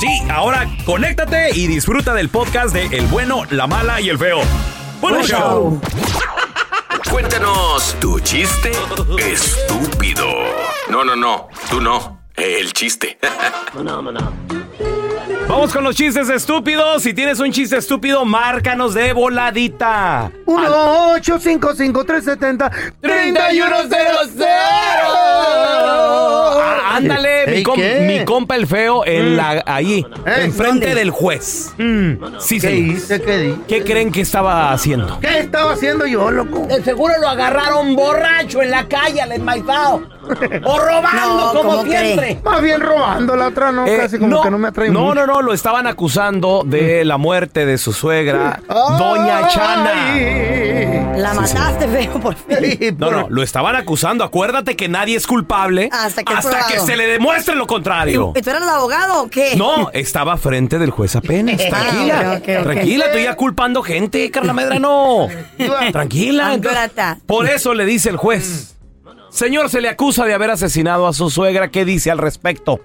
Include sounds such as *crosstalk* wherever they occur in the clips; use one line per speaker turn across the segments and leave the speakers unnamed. Sí, ahora conéctate y disfruta del podcast de El bueno, la mala y el feo. Buen
Buen
show.
Cuéntanos tu chiste estúpido. No, no, no, tú no. El chiste.
Vamos con los chistes estúpidos. Si tienes un chiste estúpido, márcanos de voladita.
1 8 5 5 3 70
Eh, Ah, ándale,
Ey,
mi, com-
¿qué? Mm.
mi compa el feo en la, ahí,
Eh,
enfrente
¿dónde? Mm.
del juez.
¿Qué
Sí, señor.
hice? ¿Qué di?
¿Qué creen que estaba haciendo?
¿Qué estaba haciendo yo, loco?
De seguro lo agarraron borracho en la calle, al enmaizado. O robando,
No,
como
¿cómo cree?
siempre.
Más bien robando la otra, ¿no?
Eh,
Casi como que no me atrae
no,
mucho.
no, no, lo estaban acusando
Mm.
de la muerte de
*laughs*
su suegra, Doña Chana.
Chana.
La mataste, feo, por fin.
No, no, lo estaban acusando. Acuérdate que nadie es culpable
Ah,
Hasta que es probado.
que se le demuestre lo contrario.
¿Y tú eras el abogado o qué? Ah,
No, estaba frente del
*laughs*
juez apenas. *laughs* Tranquila,
ok, ok, ok.
tranquila, tú ya culpando gente,
Ah.
Carla Medrano. Tranquila. entonces-
Angrata. *laughs*
por eso le dice el
Mm.
juez. Señor, se le acusa de haber asesinado a su suegra. ¿Qué dice al respecto?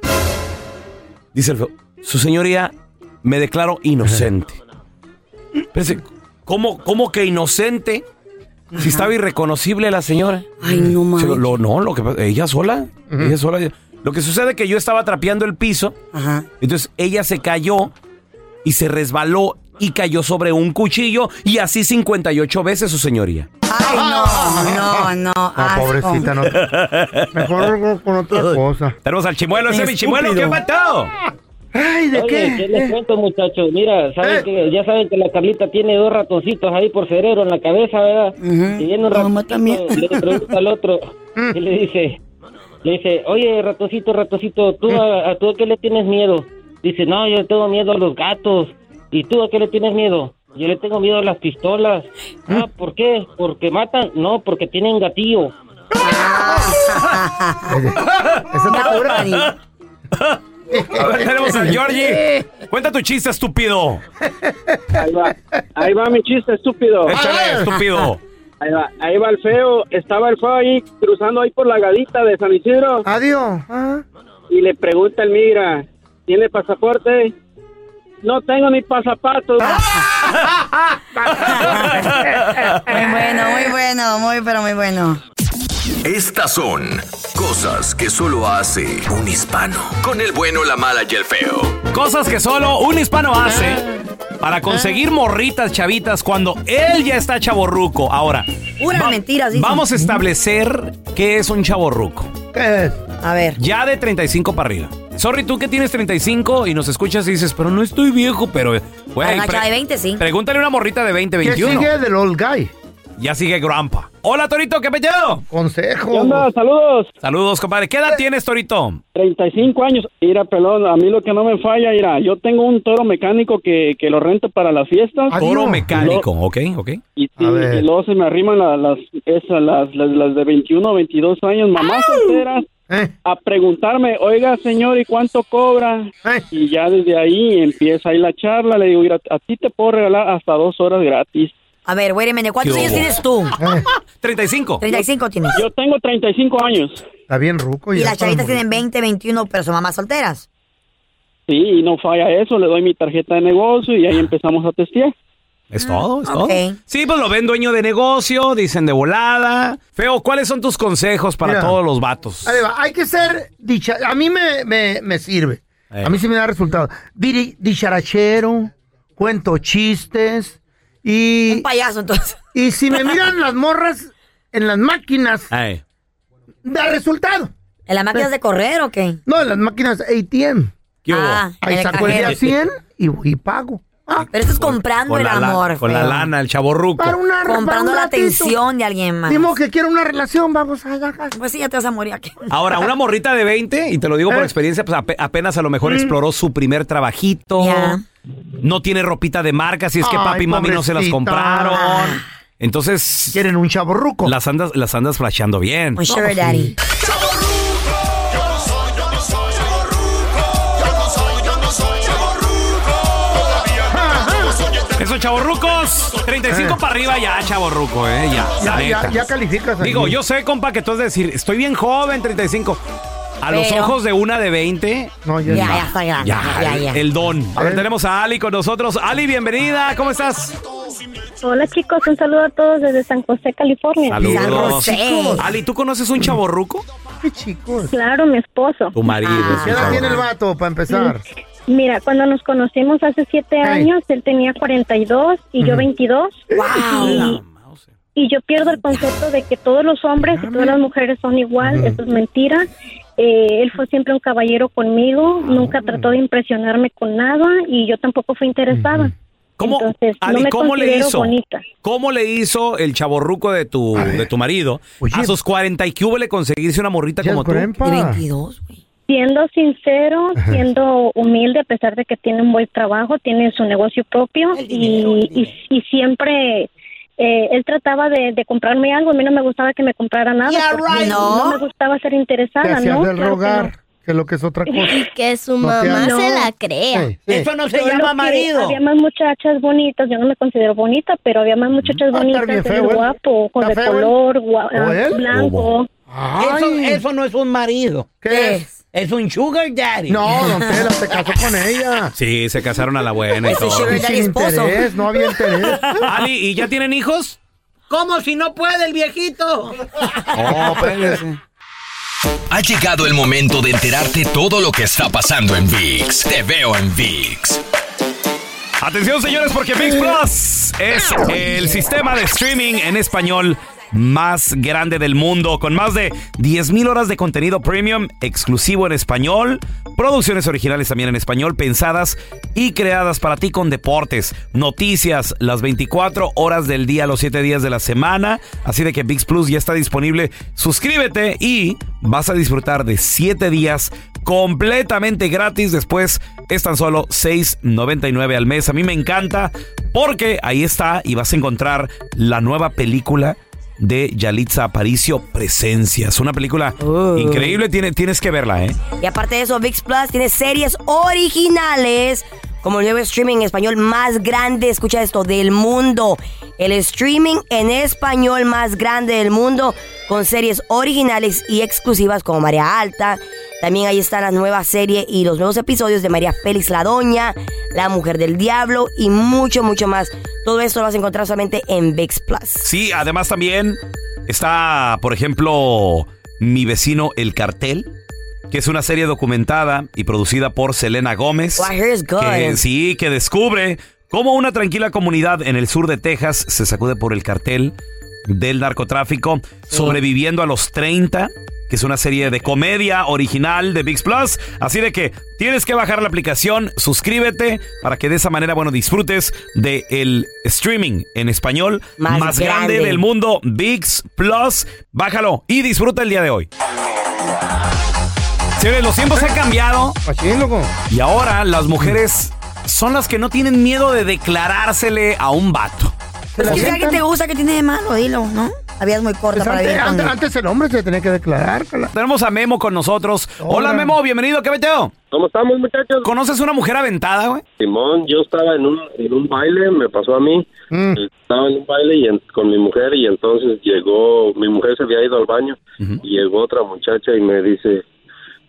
Dice el feo, Su señoría, me declaro
*laughs*
inocente. Espérese, ¿cómo, ¿Cómo que inocente? Si estaba irreconocible la señora.
Ay, no
Sí,
mames.
lo- no, lo que pa- ella sola, ella sola. Lo que sucede es que yo estaba trapeando el piso,
Ajá.
entonces ella se cayó y se resbaló y cayó sobre un cuchillo y así 58 veces su señoría.
Ay, no, no, no.
Ah,
asco.
pobrecita, no. Mejor con otra cosa.
Tenemos al chimuelo, ese mi chimuelo, ¿qué matado?
Ay, ¿de
Oye, ¿qué les
qué?
cuento, muchachos? Mira, ¿saben
Eh.
que, ya saben que la Carlita tiene dos ratoncitos ahí por cerebro en la cabeza, ¿verdad?
Ujú.
Y viene un
La mamá
ratoncito,
también.
le pregunta al otro y le dice, le dice, oye, ratoncito, ratoncito, ¿tú a, a- tú a qué le tienes miedo? Dice, no, yo le tengo miedo a los gatos. ¿Y tú a qué le tienes miedo? Yo le tengo miedo a las pistolas. Ah, ¿por qué? ¿Porque matan? No, porque tienen gatillo.
Esa está dura.
Ay,
A ver, tenemos al Georgie. Cuenta tu chiste, estúpido.
Ahí va, ahí va mi chiste estúpido.
Échale, estúpido.
Ahí va, ahí va el feo. Estaba el feo ahí cruzando ahí por la gadita de San Isidro
Adiós. Ah.
y le pregunta el migra, ¿tiene pasaporte? No tengo ni pasapato.
Ah.
Muy bueno, muy bueno, muy, pero muy bueno.
Estas son cosas que solo hace un hispano. Con el bueno, la mala y el feo.
Cosas que solo un hispano hace para conseguir morritas chavitas cuando él ya está chaborruco. Ahora,
Puras mentiras, dicen.
vamos a establecer qué es un chaborruco.
¿Qué es?
A ver.
Ya de 35 para arriba. Sorry, tú que tienes 35 y nos escuchas y dices, pero no estoy viejo, pero... güey,
A una
pre-
chava de 20, sí.
Pregúntale a una morrita de 20,
¿Qué
21.
sigue del old guy?
Ya sigue Grampa. Hola, Torito, ¿qué pedo?
Consejo.
¿Qué onda? Saludos. Eh.
Saludos, compadre. ¿Qué edad tienes, Torito?
35 años. Mira, pelón, a mí lo que no me falla, mira, yo tengo un toro mecánico que, que lo rento para las fiestas.
Ah,
Toro
Adiós.
mecánico, ok, ok.
Y,
A
y-
ver.
y luego se me arriman la- las, esas, las, las, las de 21 22 años, mamás solteras,
Eh,
a preguntarme, oiga, señor, ¿y cuánto cobra?
eh.
Y ya desde ahí empieza ahí la charla. Le digo, mira, a ti te puedo regalar hasta dos horas gratis.
A ver, güey, mene, ¿cuántos
¿Qué
años
hubo?
tienes tú?
Ah, Eh.
35.
35 tienes.
Yo tengo 35 años.
Está bien ruco.
Y
ya
las
está
chavitas
muy-
tienen 20, 21, pero son mamás solteras.
Sí, y no falla eso. Le doy mi tarjeta de negocio y ahí empezamos a testear.
Es todo, es
ok.
todo. Sí, pues lo ven dueño de negocio, dicen de volada. Feo, ¿cuáles son tus consejos para
Mira.
todos los vatos?
Ahí va, Hay que ser dicha. A mí me, me, me sirve.
Eh.
A mí sí me da resultado. Diri- Dicharachero, cuento chistes
Un
y,
payaso, entonces.
y si me miran las morras en las máquinas,
Ay.
da resultado.
¿En las máquinas de correr o qué?
No, en las máquinas ATM.
¿Qué hubo?
Ah, en
Ahí
el
saco el día
cajero.
100 y, voy y pago.
Ah, pero esto es comprando
Con
el
la, la-
amor.
con la
feo.
lana, el chaborruco.
Para una para
Comprando
un
la
ratito.
atención de alguien más.
Dimos que quiero una relación, vamos allá.
Pues sí, ya te vas a morir aquí.
Ahora, una morrita de 20, y te lo digo por
Eh. Mm.
experiencia, pues ape- apenas a lo mejor exploró su primer trabajito.
Ya.
No tiene ropita de marca, si es que
Ay,
papi y mami no se las
pobrecita.
compraron. Entonces,
Quieren un chavo ruco.
las andas, las andas flasheando bien.
Un sugar daddy.
Esos chavorrucos, 35 para arriba ya, chavorruco, eh, ya. la
Eh. ya,
neta.
ya, ya calificas. ahí.
Digo, yo sé, compa, que tú es decir, estoy bien joven, 35. A los
Pero-
ojos de una de 20,
No, ya,
Ya,
está.
ya está grande.
ya,
Ya, ya.
el don. A ver,
Eh.
tenemos a Ali con nosotros. Ali, bienvenida, ¿cómo estás?
Hola chicos, un saludo a todos desde San José, California.
San
Saludos.
José.
Ali, ¿tú conoces un chaborruco?
Qué chicos.
Claro, mi esposo.
Tu marido.
Ah.
sí,
¿Qué edad
chavorruco.
tiene el vato para empezar?
Mira, cuando nos conocimos hace siete
Hey.
años, él tenía 42 y yo 22.
Wow.
Y yo pierdo el concepto de que todos los hombres y todas las mujeres son igual. Eso es mentira. Eh, él fue siempre un caballero conmigo.
Ah,
Nunca trató de impresionarme con nada y yo tampoco fui interesada.
¿Cómo,
Entonces,
Ali,
no me
¿cómo le
considero
hizo?
bonita.
¿Cómo le hizo el chaborruco de tu, de tu marido
Oye.
a sus 40 y que le conseguirse una morrita
Ya
como
es
tú?
grandpa.
De 22, güey.
Siendo sincero, siendo humilde, a pesar de que tiene un buen trabajo, tiene su negocio propio
El dinero, el
y,
dinero.
y, y siempre eh, él trataba de, de comprarme algo. A mí no me gustaba que me comprara nada.
Yeah,
porque
right.
no.
No.
me gustaba ser
Te
interesada,
hacías
¿no?
del
Claro que
rogar, que lo que es otra cosa.
Que su
No te
mamá
hagas.
se la crea.
Sí, sí.
Eso no se
no. Yo lo
llama
que-
marido.
Había más muchachas bonitas, yo no me considero bonita, pero había más
Ah,
muchachas
está
bonitas,
bien
él
feo, ¿eh?
guapo, con de
¿Está feo, él?
color, gua- ah,
¿O él?
blanco.
Eso,
Ay,
eso no es un marido.
¿Qué es?
Es un sugar daddy.
No, don Tela, se casó con ella.
Sí, se casaron a la buena y
Ese
todo.
sugar-
Y
Era
sin
el esposo.
interés, no había interés.
Ali,
*laughs*
¿y ya tienen hijos?
¿Cómo si no puede el viejito?
Oh, espérense.
Ha llegado el momento de enterarte todo lo que está pasando en VIX. Te veo en VIX.
Atención, señores, porque VIX Plus es el sistema de streaming en español más grande del mundo, con más de 10.000 horas de contenido premium exclusivo en español, producciones originales también en español, pensadas y creadas para ti con deportes, noticias, las 24 horas del día, los 7 días de la semana. Así de que VIX Plus ya está disponible. Suscríbete y vas a disfrutar de 7 días completamente gratis. Después es tan solo $6.99 al mes. A mí me encanta porque ahí está y vas a encontrar la nueva película de Yalitza Aparicio Presencias. Una película
Oh.
increíble, tiene- tienes que verla, ¿eh?
Y aparte de eso, VIX Plus tiene series originales. Como el nuevo streaming en español más grande, escucha esto, del mundo. El streaming en español más grande del mundo, con series originales y exclusivas como María Alta. También ahí está la nueva serie y los nuevos episodios de María Félix La Doña, La Mujer del Diablo y mucho, mucho más. Todo esto lo vas a encontrar solamente en VIX Plus.
Sí, además también está, por ejemplo, mi vecino El Cartel, que es una serie documentada y producida por Selena Gómez.
Wow, here's good.
Que, sí, que descubre cómo una tranquila comunidad en el sur de Texas se sacude por el cartel del narcotráfico, sobreviviendo a los 30, que es una serie de comedia original de VIX Plus. Así de que tienes que bajar la aplicación, suscríbete para que de esa manera, bueno, disfrutes de el streaming en español más,
Más
grande.
grande.
del mundo, VIX Plus. Bájalo y disfruta el día de hoy. Señores, los tiempos han cambiado.
Machín, loco.
Y ahora las mujeres son las que no tienen miedo de declarársele a un vato.
Pues que sea que
aceptan?
te gusta, que tiene de malo, dilo, ¿no? La vida es muy corta
Pues
para
antes,
vivir con
antes- antes el hombre se tenía que declarar. cala.
Tenemos a Memo con nosotros. Hola,
Hola.
Memo, bienvenido, ¿qué veteo?
¿Cómo estamos, muchachos?
¿Conoces una mujer aventada, güey?
Simón, yo estaba en un, en un baile, me pasó a mí.
Mm.
Estaba en un baile y en- con mi mujer y entonces llegó, mi mujer se había ido al baño y llegó otra muchacha y me dice,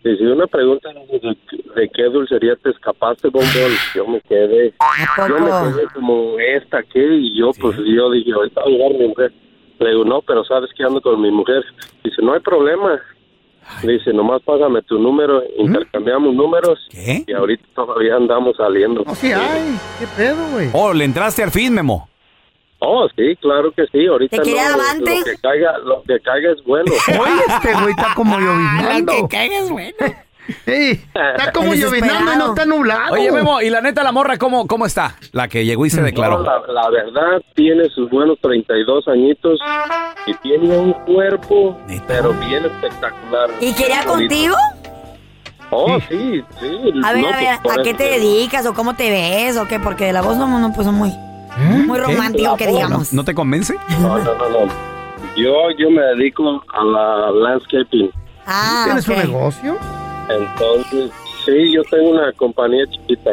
dice una pregunta de, de qué dulcería te escapaste, bombón. Yo me quedé, yo me quedé como esta, ¿qué? Y yo pues yo dije, ahorita va a llegar mi mujer. Le digo, no, pero sabes que ando con mi mujer. Dice, no hay problema. Dice, nomás pásame tu número, intercambiamos números
¿Qué?
y ahorita todavía andamos saliendo.
No, Oh, sí, ay, qué pedo, güey.
Oh, le entraste al fin, Memo.
Oh, sí, claro que sí. Ahorita
¿Te quiere
no,
amante?
lo que caiga, lo que caiga es bueno.
Oye, este güey está como lloviznando.
caigas, bueno.
está como llovinando y Ah, no está nublado.
Oye, Memo, y la neta, la morra, ¿cómo, cómo está? La *laughs* que llegó y se declaró.
No, la, la verdad, tiene sus buenos 32 añitos y tiene un cuerpo, pero bien espectacular.
¿Y quería
Bien bonito.
contigo?
Oh, sí, sí.
A ver,
no,
a ver,
pues, por
¿a qué te
eso-
dedicas o cómo te ves o qué? Porque de la voz no, no pues muy, muy romántico que digamos.
¿Eh? ¿No, no te convence?
No, no, no, no. Yo, yo me dedico a la landscaping.
Ah,
¿Tienes un
ok.
negocio?
Entonces, sí, yo tengo una compañía chiquita.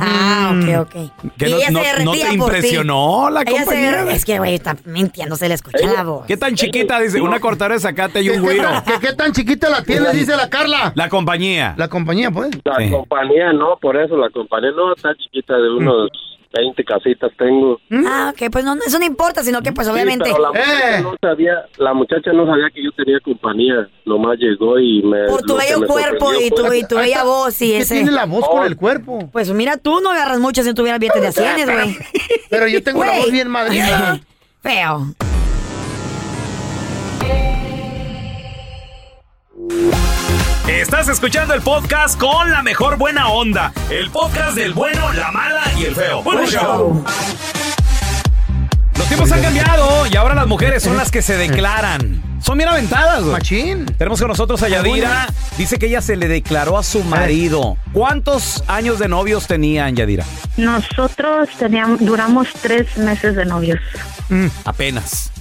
Ah, ok, ok.
Que
Y
no-
ella se
no- no
derretía
te
por ti.
impresionó la
Ella se
compañera.
derre- Es que, güey, está mintiendo, se le escucha la voz.
¿Qué tan chiquita? Dice, una cortadora de zacate y
¿Qué,
un güiro.
qué- qué tan chiquita la tienes? Dice la Carla.
La compañía.
La compañía, pues.
La
Sí. Mm.
compañía, no, por eso la compañía no está chiquita, de unos 20 casitas tengo.
¿Mm?
Ah, ok, pues no, no, eso no importa, sino que pues
Sí,
obviamente...
pero la muchacha,
Eh.
no sabía, la muchacha no sabía que yo tenía compañía. Nomás llegó y me.
Por tu
lo que
bello
me
cuerpo y
sorprendió pues. Oh.
tu,
fue-
y tu bella voz y
¿Qué
ese...
tiene la voz con el cuerpo?
Pues mira, tú no agarras mucho si no tuvieras billetes de acciones, güey.
*laughs* Pero yo tengo la
Güey.
voz bien madrina.
Feo.
Estás escuchando el podcast con la mejor buena onda. El podcast del bueno, la mala y el feo. Bueno, show. Los tiempos han cambiado y ahora las mujeres son las que se declaran. Son bien aventadas, güey.
Machín.
Tenemos con nosotros a Yadira. Dice que ella se le declaró a su marido. ¿Cuántos años de novios tenían, Yadira?
Nosotros teníamos, duramos tres meses de novios.
Apenas.
Mm,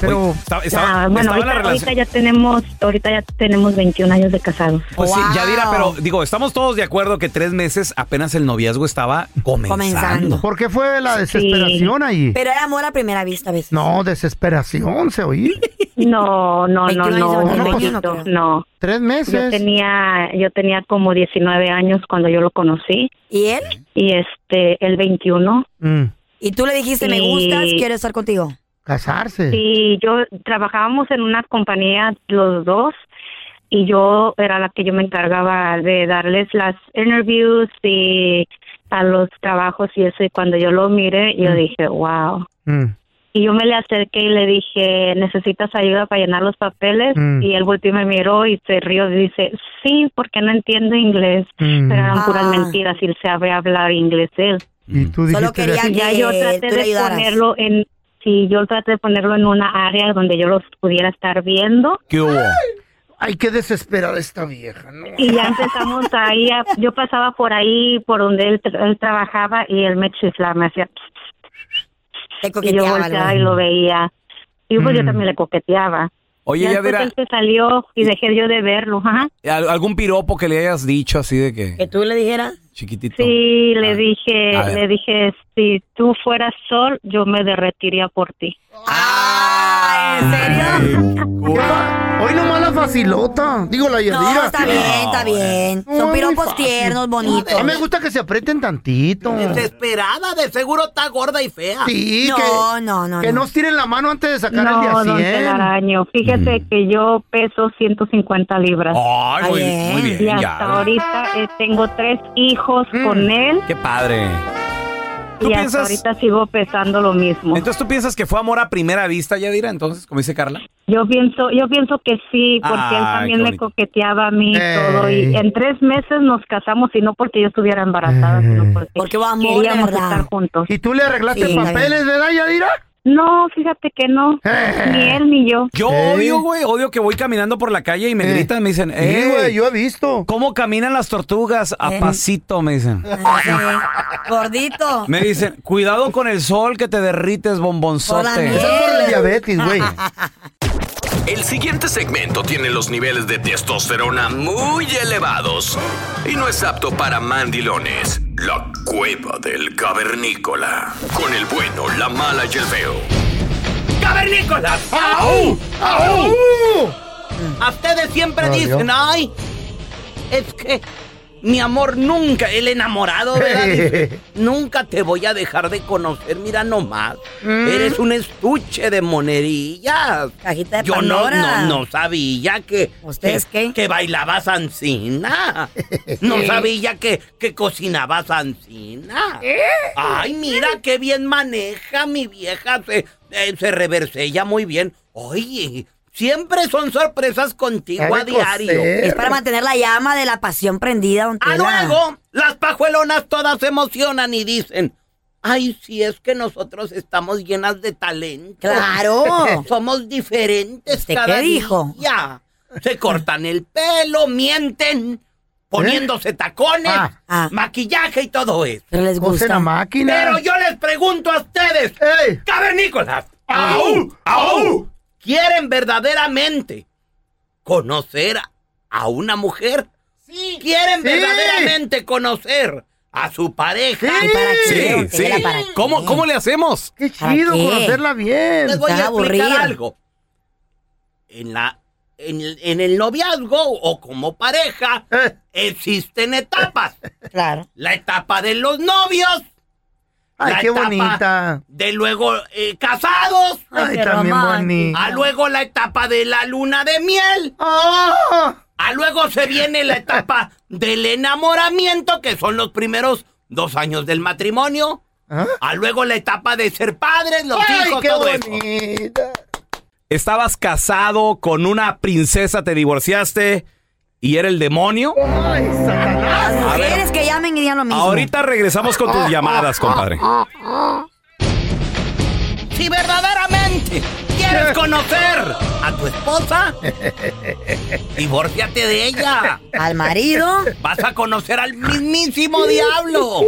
Pero-
Oye, estaba, estaba-
Ah, bueno,
estaba la
ahorita,
relación.
ahorita ya tenemos, ahorita ya tenemos 21 años de casados.
Pues sí,
Wow.
Yadira, pero digo, estamos todos de acuerdo que tres meses apenas el noviazgo estaba comenzando.
*laughs* Comenzando.
¿Por qué fue la desesperación allí?
Pero era amor a primera vista a veces.
No, desesperación, se oí.
No, no, no,
21
no,
Pues, años,
no,
21
pues,
poquito,
creo.
no.
Tres
Yo
meses.
tenía, yo tenía como 19 años cuando yo lo conocí
¿Y él?
y este, el 21.
Mm,
Y tú le dijiste, me
Y-
gustas,
*laughs*
quiero estar contigo.
casarse.
Y yo trabajábamos en una compañía los dos y yo era la que yo me encargaba de darles las interviews y a los trabajos y eso. Y cuando yo lo miré, yo dije, wow.
Mm,
Y yo me le acerqué y le dije, ¿necesitas ayuda para llenar los papeles?
Mm.
Y él volteó y me miró y se rió y dice, sí, porque no entiendo inglés.
mm.
Pero eran puras
Ah.
mentiras y él sabe hablar inglés él.
Y tú dijiste...
Solo quería
Y ya
que
yo traté
tú le
de
ayudaras.
ponerlo en... Sí, yo traté de ponerlo en una área donde yo los pudiera estar viendo
¿Qué hubo?
Ay, qué desesperada esta vieja, ¿no?
y ya empezamos ahí, a- yo pasaba por ahí, por donde él, tra- él trabajaba y él me chiflaba, me hacía...
Te
Y yo
coqueteaba.
volteaba y
algo.
lo veía. Y pues yo
Mm.
también le coqueteaba.
Oye,
ya después
Yadira.
él se salió y dejé yo de verlo, ajá.
¿Al- ¿Algún piropo que le hayas dicho así de que
Que tú le dijeras,
chiquitito?
Sí, le
Ah,
dije,
a ver.
le dije, si tú fueras sol, yo me derretiría por ti.
ah, ¿en serio? *laughs*
Ya, Hoy nomás la facilota. Digo, la Yadira.
No, está bien, está bien.
No,
Son
muy
piropos
fácil.
tiernos, bonitos. Este
A mí me gusta que se aprieten tantito.
Desesperada, de seguro está gorda y fea.
Sí,
No,
que,
no, no.
que
no.
nos tiren la mano antes de sacar
No,
el
don
día 100.
Telaraño, fíjese que yo peso 150 libras.
Mm. Ay,
Está
muy,
bien.
muy
y
bien,
hasta
ya.
ahorita eh, tengo tres hijos
Mm.
con él
Qué padre.
y
¿Tú
hasta
piensas,
ahorita sigo pesando lo mismo.
entonces tú piensas que fue amor a primera vista, Yadira, entonces, como dice Carla?
Yo pienso, yo pienso que sí, porque él
Ay,
también
qué
me
bonito.
coqueteaba a mí y
Ey.
todo. Y en tres meses nos casamos y no porque yo estuviera embarazada,
Eh.
sino porque,
Porque hubo amor,
queríamos
de verdad.
estar juntos.
¿Y tú le arreglaste
Sí, está
papeles, verdad, Yadira?
No, fíjate que no,
Eh.
ni él ni yo.
Yo
¿Eh?
odio, güey, odio que voy caminando por la calle y me
Eh.
gritan, me dicen, eh,
Sí, güey, yo he visto.
¿cómo caminan las tortugas? A
Eh.
pasito, me dicen.
Ah, *laughs* sí. Gordito.
Me dicen, cuidado con el sol que te derrites,
Por la
bombonzote.
miel.
Eso es por el diabetes, güey.
El siguiente segmento tiene los niveles de testosterona muy elevados y no es apto para mandilones. La cueva del cavernícola. Con el bueno, la mala y el feo.
A ustedes siempre
Mm. Ay,
dicen,
Dios.
ay, es que mi amor nunca, el enamorado, *laughs* ¿verdad? Dice, nunca te voy a dejar de conocer, mira nomás.
Mm.
Eres un estuche de monerías.
Cajita de
Yo no,
Pandora.
no, no sabía que...
¿Ustedes
que,
qué?
Que bailabas ancina. No sabía que, que cocinabas ancina. Ay, mira qué bien maneja mi vieja. Se, eh, se reversella muy bien. Oye, Siempre son sorpresas contigo a diario.
Es para mantener la llama de la pasión prendida, don
A
Ah,
Tela.
luego, Ah, las pajuelonas todas se emocionan y dicen, ay, si es que nosotros estamos llenas de talento.
Claro.
*laughs* Somos diferentes
¿Usted
cada
qué dijo?
día. Se cortan el pelo, mienten, poniéndose tacones,
Ah.
¿Eh? Ah.
maquillaje y todo eso.
Pero les
No sé la
gusta.
máquina.
Pero yo les pregunto a ustedes,
¡Ey!
cavernícolas, ¡au! ¡au! ¿Quieren verdaderamente conocer a una mujer? Sí. ¿Quieren
Sí.
verdaderamente conocer a su pareja?
¿Y para qué, don
Sí, sí.
Tela, para qué?
¿Cómo, ¿Cómo le hacemos?
¡Qué
¿Para
chido
qué?
conocerla bien!
Les voy a
Está
explicar
aburrido.
algo. En la en, el- en el noviazgo o como pareja
Eh.
existen etapas.
Claro.
La etapa de los novios,
¡Ay,
la
qué
etapa
bonita!
de luego eh, casados,
¡Ay,
qué
también
romántico.
A
bonita!
luego la etapa de la luna de miel.
¡Ah!
A luego se viene la etapa del enamoramiento, que son los primeros dos años del matrimonio.
¿Ah?
A luego la etapa de ser padres, los
¡Ay,
hijos,
qué
todo eso.
bonita!
¿Estabas casado con una princesa, te divorciaste y era el demonio?
¡Ay, Satanás!
Las mujeres que llamen y digan lo mismo.
Ahorita regresamos con tus llamadas, compadre.
Si verdaderamente quieres conocer a
*laughs*
tu esposa, divórciate de ella.
Al marido,
Vas a conocer al mismísimo diablo.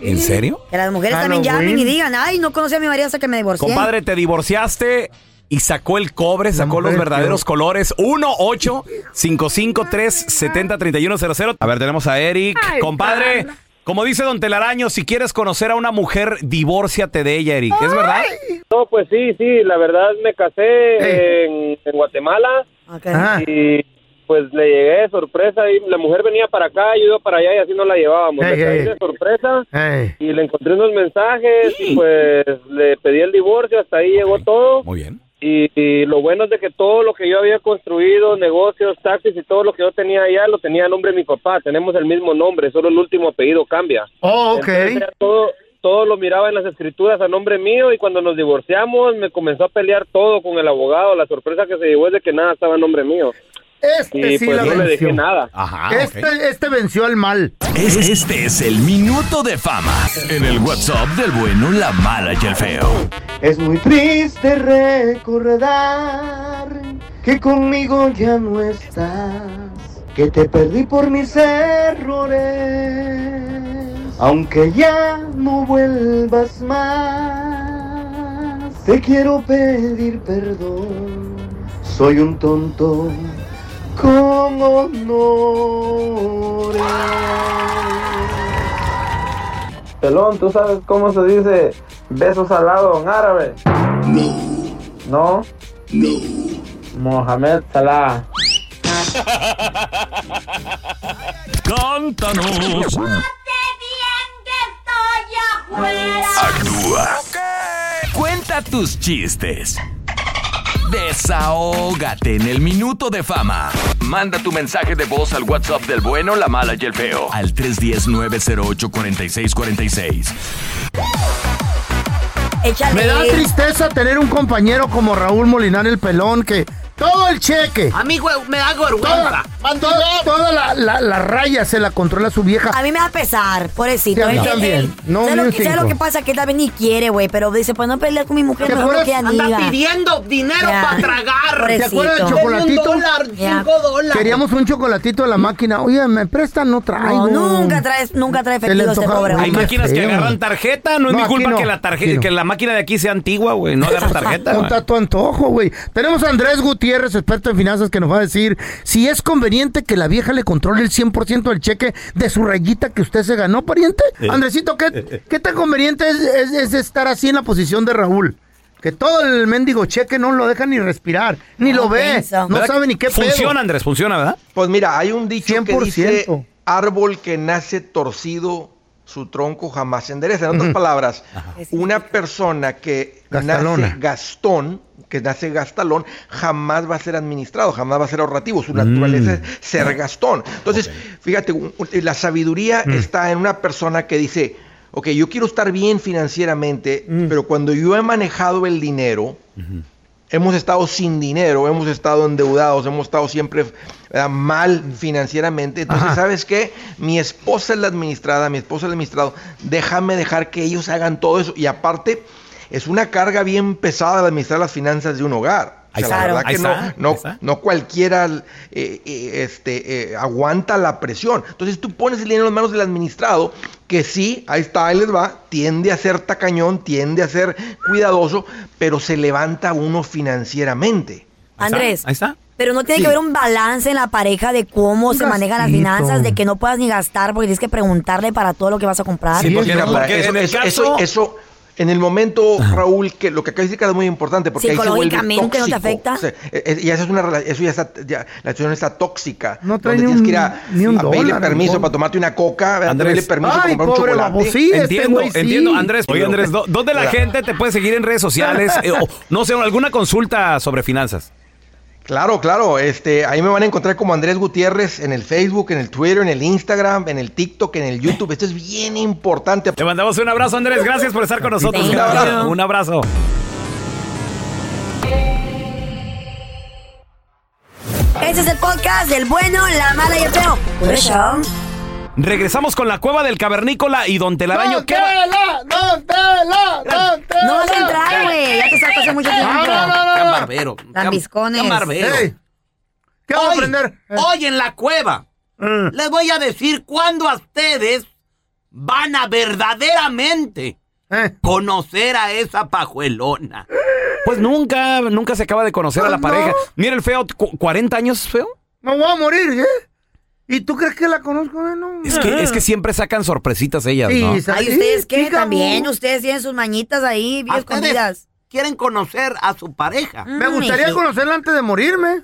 ¿En serio?
que las mujeres
Halloween.
también llamen y digan, ay, no conocí a mi marido hasta que me divorcié.
Compadre, te divorciaste y sacó el cobre, sacó los
mujer,
verdaderos
tío.
colores. 1 8 553 70 31 00. A ver, tenemos a Eric. Compadre, como dice Don Telaraño, si quieres conocer a una mujer, divórciate de ella, Eric. ¿Es verdad?
No, pues sí, sí, la verdad me casé en, en Guatemala
Ok.
Ah,
y pues le llegué de sorpresa y la mujer venía para acá, yo iba para allá y así no la llevábamos.
Ey,
Le caí
ey.
de sorpresa
ey.
y le encontré unos mensajes y pues le pedí el divorcio, hasta ahí llegó todo.
Muy bien.
Y, y lo bueno es de que todo lo que yo había construido, negocios, taxis y todo lo que yo tenía allá lo tenía a nombre de mi papá. Tenemos el mismo nombre, solo el último apellido cambia.
Oh, ok.
Entonces, era todo, todo lo miraba en las escrituras a nombre mío y cuando nos divorciamos me comenzó a pelear todo con el abogado. La sorpresa que se llevó es de que nada estaba a nombre mío.
Este
Y
sí
pues
la
no le
venció.
dejé nada.
Ah,
Ajá. ok.
Este, este venció al mal.
Este es el minuto de fama en el WhatsApp del bueno, la mala y el feo.
Es muy triste recordar que conmigo ya no estás, que te perdí por mis errores, aunque ya no vuelvas más. Te quiero pedir perdón, soy un tonto con honores.
Pelón, ¿tú sabes cómo se dice besos al lado en árabe? No. ¿No? No. Mohamed Salah.
Cántanos. Actúa. Cuenta tus chistes. Desahógate en el minuto de fama.
Manda tu mensaje de voz al WhatsApp del bueno, la mala y el feo.
Al 310-908-4646.
Échale.
Me da tristeza tener un compañero como Raúl Molinar el Pelón que todo el cheque,
Amigo, me da vergüenza.
toda, toda, toda la, la- la raya se la controla su vieja.
A mí me va a pesar,
Sí,
pobrecito.
a mí
Él-
también.
él-
No,
¿sabes,
ni
lo
un
que, sabes lo
cinco.
que pasa? Que él también ni quiere, güey. Pero dice, pues no pelear con mi mujer,
¿Te
mejor no
acuerdas?
queda
Anda
amiga.
pidiendo dinero
Ya.
para tragar.
Pobrecito.
¿Te acuerdas del
Denme
Deme un
chocolatito?
dólar,
Ya.
cinco dólares.
Queríamos un chocolatito de la máquina. Oye, ¿me prestan? No traigo.
No, nunca traes, nunca trae
Se le
efectivo este
antoja-
pobre
Hay
Hombre,
hombre.
máquinas que
feo.
agarran tarjeta. No es
No,
mi
aquí
culpa
no.
que la
Aquí
tarjeta,
no.
que la máquina de aquí sea antigua, güey. No agarra tarjeta. güey.
Conta tu antojo, güey. Tenemos a Andrés Gutiérrez, experto en finanzas, que nos va a decir si es conveniente que la vieja le controle el 100% del cheque de su rayita que usted se ganó, pariente. Andresito, ¿qué, qué tan conveniente es, es- es estar así en la posición de Raúl? Que todo el mendigo cheque no lo deja ni respirar, ni
No
lo ve,
piensa.
no
¿Verdad
sabe ni qué pedo.
Funciona, Andrés, funciona, ¿verdad?
Pues mira, hay un dicho que dice
100%.
árbol que nace torcido, su tronco jamás se endereza. En otras palabras, una persona que
Gastalona.
nace gastón, que nace gastalón, jamás va a ser administrado, jamás va a ser ahorrativo. Su naturaleza es ser gastón. Entonces, fíjate, un- un- la sabiduría está en una persona que dice, ok, yo quiero estar bien financieramente, pero cuando yo he manejado el dinero, hemos estado sin dinero, hemos estado endeudados, hemos estado siempre ¿verdad? mal financieramente. Entonces,
Ajá.
¿sabes qué? Mi esposa es la administrada, mi esposa es el administrado. Déjame dejar que ellos hagan todo eso. Y aparte, es una carga bien pesada de administrar las finanzas de un hogar.
Ahí
la
está,
verdad
ahí
que no-
está,
no,
ahí está.
no cualquiera eh, eh, este, eh, aguanta la presión. Entonces tú pones el dinero en las manos del administrado, que sí, ahí está, ahí les va, tiende a ser tacañón, tiende a ser cuidadoso, pero se levanta uno financieramente.
Andrés.
Ahí está.
Pero no tiene
Sí.
que haber un balance en la pareja de cómo se manejan las
gastito.
finanzas, de que no puedas ni gastar porque tienes que preguntarle para todo lo que vas a comprar.
Sí, porque, porque eso, eso, eso- eso, en el momento, Raúl, que lo que acá dice que es muy importante porque ahí se vuelve
Psicológicamente, ¿no te
tóxico.
afecta?
O sea, eh, eh, ya esa es una rela- eso ya está, ya, la situación está tóxica.
No trae
donde
ni
tienes
un-
que ir a,
ni un
a pedirle
dólar,
permiso
Raúl.
para tomarte una coca, a
Andrés.
pedirle permiso para
Ay,
comprar un
pobre
chocolate.
babosí, este Entiendo, güey sí. entiendo, Andrés. Oye, Andrés, ¿dó- dónde la gente te puede seguir en
*laughs*
redes sociales? Eh, o, no sé, alguna consulta sobre finanzas.
Claro, claro. Este, ahí me van a encontrar como Andrés Gutiérrez en el Facebook, en el Twitter, en el Instagram, en el TikTok, en el YouTube. Esto es bien importante.
Te mandamos un abrazo, Andrés. Gracias por estar con nosotros.
Un abrazo.
Un abrazo.
Ese es el podcast del bueno, la mala y el feo. Por eso.
Regresamos con la cueva del cavernícola y Don Telaraño. ¿Qué va-
¡Don Tela! ¡Don Tela!
No vas a entrar, güey. Ya te saco hace mucho tiempo.
No, Ah, no, no, no.
Tan barbero.
Lambiscones.
Tan barbero.
Ey,
¿Qué vamos a
Hoy,
aprender? Eh. Mm.
Hoy en la cueva les voy a decir cuándo a ustedes van a verdaderamente
Eh.
conocer a esa pajuelona.
Pues nunca, nunca se acaba de conocer
Ah,
a la pareja. Mira el feo, cu- 40 años feo.
Me voy a morir, ¿eh? ¿Y tú crees que la conozco? Eh, No.
Es que, es que siempre sacan sorpresitas ellas,
Sí,
¿no?
sa-
Ay, ¿ustedes qué? También, ustedes tienen sus mañitas ahí, bien
¿A ustedes
escondidas. Mm,
quieren conocer a su pareja?
Me gustaría conocerla antes de morirme.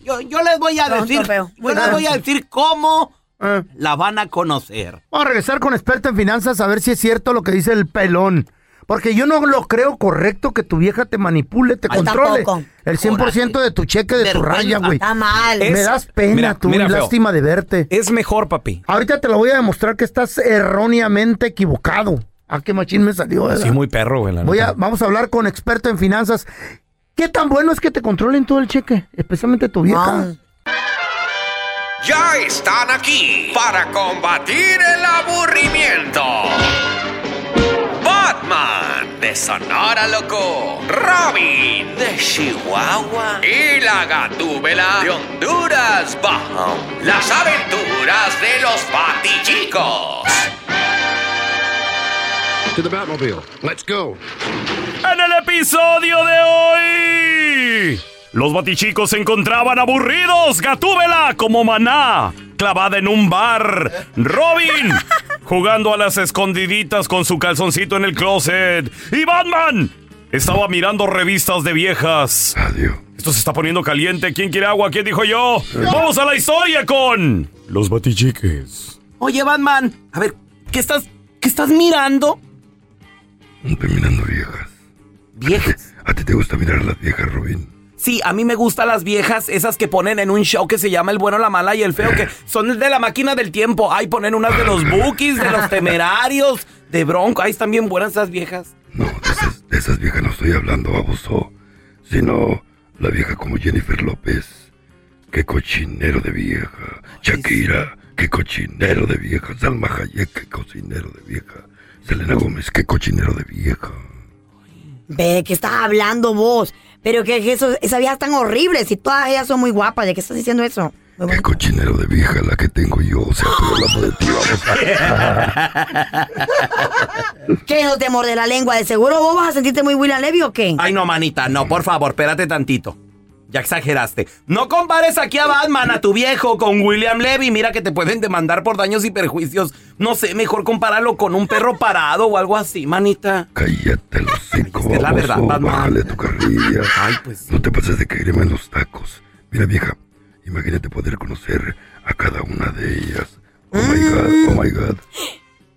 Yo, yo les voy a
Tonto,
decir,
feo.
yo les voy a decir cómo
Eh.
la van a conocer.
Vamos a regresar con experto en finanzas a ver si es cierto lo que dice el pelón. Porque yo no lo creo correcto que tu vieja te manipule, te
Ay,
controle.
tampoco.
El 100% de tu cheque, de tu
Vergüenza.
raya, güey.
Está mal.
Me
Es-
das pena,
Mira,
tú,
mira,
y
feo.
lástima de verte.
Es mejor, papi.
Ahorita te lo voy a demostrar que estás erróneamente equivocado. ¿A qué machín me salió? ¿verdad?
Sí, muy perro, güey. la
Voy
neta.
a, vamos a hablar con experto en finanzas. ¿Qué tan bueno es que te controlen todo el cheque? Especialmente tu vieja.
Ya están aquí para combatir el aburrimiento. Batman Ah, de Sonora Loco, Robin de Chihuahua y la Gatúbela de Honduras Bajo. Las aventuras de los patichicos.
To the Batmobile. Let's go.
En el episodio de hoy, los batichicos se encontraban aburridos. Gatúbela como maná, clavada en un bar. Robin, jugando a las escondiditas con su calzoncito en el closet. Y Batman, estaba mirando revistas de viejas. Esto se está poniendo caliente. ¿Quién quiere agua? ¿Quién dijo yo? Vamos a la historia con los batichiques.
Oye, Batman, a ver, ¿qué estás, qué estás mirando? Viejas.
¿A ti te gusta mirar a las viejas, Robin?
Sí, a mí me gustan las viejas, esas que ponen en un show que se llama El Bueno, la Mala y el Feo, que son de la máquina del tiempo. Ahí ponen unas de los bookies, de los temerarios, de bronco. Ahí están bien buenas esas viejas.
De esas viejas no estoy hablando, baboso. Sino la vieja como Jennifer López. Qué cochinero de vieja. Shakira, qué cochinero de vieja. Salma Hayek, qué cocinero de vieja. Selena Gómez, qué cochinero de vieja.
Ve, ¿de qué estás hablando vos? Pero que que eso, esas viejas tan horribles y todas ellas son muy guapas. ¿De qué estás diciendo eso? Muy
Qué cochinero de vieja la que tengo yo. O sea, estoy hablando de ti, baboso.
¿Qué no te morde la lengua? ¿De seguro vos vas a sentirte muy William Levy o qué?
Ay, no, manita, no, por favor, espérate tantito. Ya exageraste. No compares aquí a Batman, a tu viejo, con William Levy. Mira que te pueden demandar por daños y perjuicios. No sé, mejor compararlo con un perro parado o algo así, manita. *laughs*
Cállate los cinco,
es que es la verdad,
baboso,
Batman. pues.
Bájale tu carrilla. No te pases de crema en los tacos. Mira, vieja, imagínate poder conocer a cada una de ellas. Oh my God, oh my God.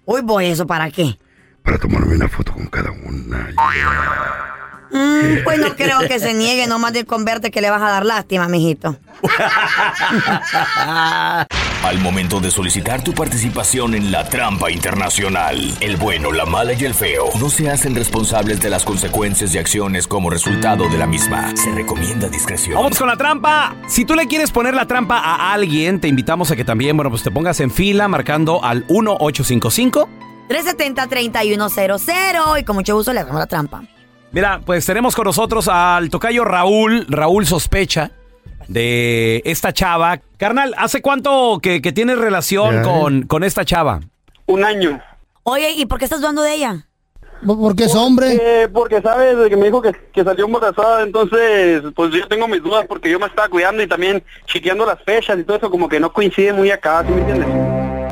Hoy voy, ¿eso para qué?
Para tomarme una foto con cada una.
Mm, pues no creo que se niegue nomás de converte que le vas a dar lástima,
*laughs*
mijito.
Al momento de solicitar tu participación en la trampa internacional, el bueno, la mala y el feo no se hacen responsables de las consecuencias y acciones como resultado de la misma. Se recomienda discreción.
Vamos con la trampa. Si tú le quieres poner la trampa a alguien, te invitamos a que también, bueno, pues te pongas en fila marcando al 1855.
370-3100 y con mucho gusto le hacemos la trampa.
Mira, pues tenemos con nosotros al tocayo Raúl. Raúl sospecha de esta chava. Carnal, ¿hace cuánto que, que tienes relación con, con esta chava?
Un año.
Oye, ¿y por qué estás dudando de ella?
Porque es hombre. Eh, porque, ¿sabes? De que me dijo que, que salió embarazada, entonces, pues yo tengo mis dudas porque yo me estaba cuidando y también chequeando las fechas y todo eso, como que no coincide muy acá, ¿sí me entiendes?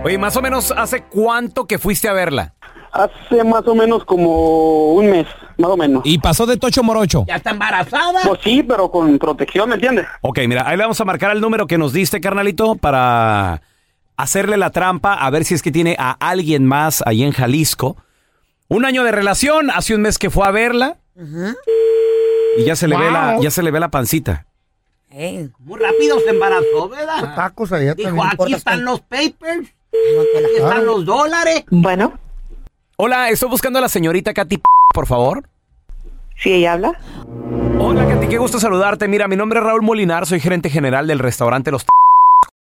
Oye, más o menos, ¿hace cuánto que fuiste a verla?
Hace más o menos como un mes, más o menos.
Y pasó de tocho morocho.
¿Ya está embarazada?
Pues sí, pero con protección, ¿me entiendes?
Ok, mira, ahí le vamos a marcar el número que nos diste, carnalito, para hacerle la trampa, a ver si es que tiene a alguien más ahí en Jalisco. Un año de relación, hace un mes que fue a verla y ya se le ve la,
Wow.
ya se le ve la pancita.
Muy rápido se embarazó, ¿verdad?
Pues, Tacos allá
Dijo,
también
aquí
importa.
están los papers, aquí
Ah.
están los dólares.
Bueno. Hola, estoy buscando a la señorita Katy, P, por favor.
Sí, ella habla.
Hola, Katy, qué gusto saludarte. Mira, mi nombre es Raúl Molinar, soy gerente general del restaurante Los T-